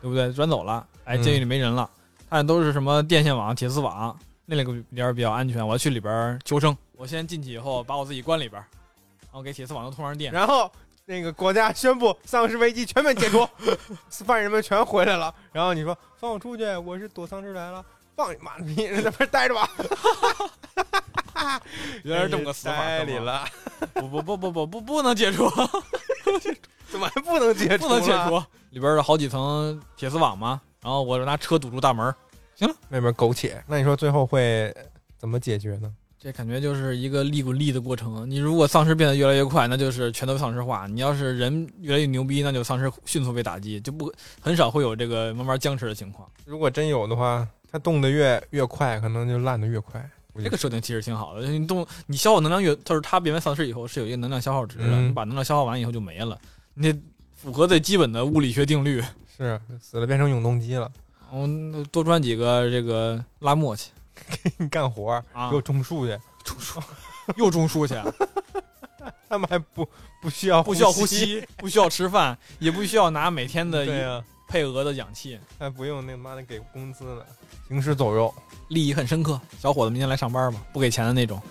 Speaker 2: 对不对？转走了，哎，
Speaker 1: 嗯
Speaker 2: 监狱里没人了，看都是什么电线网、铁丝网，那两个里边比较安全。我要去里边求生，我先进去以后把我自己关里边，然后给铁丝网都通上电。
Speaker 1: 然后那个国家宣布丧尸危机全面解除， [laughs] 犯人们全回来了。然后你说放我出去，我是躲丧尸来了。放你妈的屁！在那边待着吧。
Speaker 2: 原来是这么哎个死法，
Speaker 1: 呆
Speaker 2: 是
Speaker 1: 里
Speaker 2: 吗。
Speaker 1: 了，
Speaker 2: 不不不不不不不能
Speaker 1: [laughs]
Speaker 2: 解除。
Speaker 1: 怎么还不能解除？
Speaker 2: 不能解。除。里边有好几层铁丝网嘛，然后我就拿车堵住大门，
Speaker 1: 外面苟且，那你说最后会怎么解决呢？
Speaker 2: 这感觉就是一个利滚利的过程。你如果丧尸变得越来越快，那就是全都丧尸化；你要是人越来越牛逼，那就丧尸迅速被打击，就不很少会有这个慢慢僵持的情况。
Speaker 1: 如果真有的话，它动得越越快，可能就烂得越快。
Speaker 2: 这个设定其实挺好的，就是你动你消耗能量越，就是它变为丧尸以后是有一个能量消耗值的，
Speaker 1: 嗯
Speaker 2: 你把能量消耗完以后就没了，你得符合最基本的物理学定律。
Speaker 1: 是死了变成永动机了，
Speaker 2: 我多穿几个这个拉磨去，
Speaker 1: 给你 [laughs] 干活儿，
Speaker 2: 啊
Speaker 1: 给我，种树去。
Speaker 2: 种树，又种树去，啊
Speaker 1: 他们还不不需要
Speaker 2: 不需要呼
Speaker 1: 呼吸，
Speaker 2: 吸，不需要吃饭，也不需要拿每天的
Speaker 1: 对啊
Speaker 2: 一
Speaker 1: 呀、
Speaker 2: 配额的氧气，
Speaker 1: 还不用那妈的给工资呢。行尸走肉，
Speaker 2: 利益很深刻。小伙子，明天来上班吧，不给钱的那种。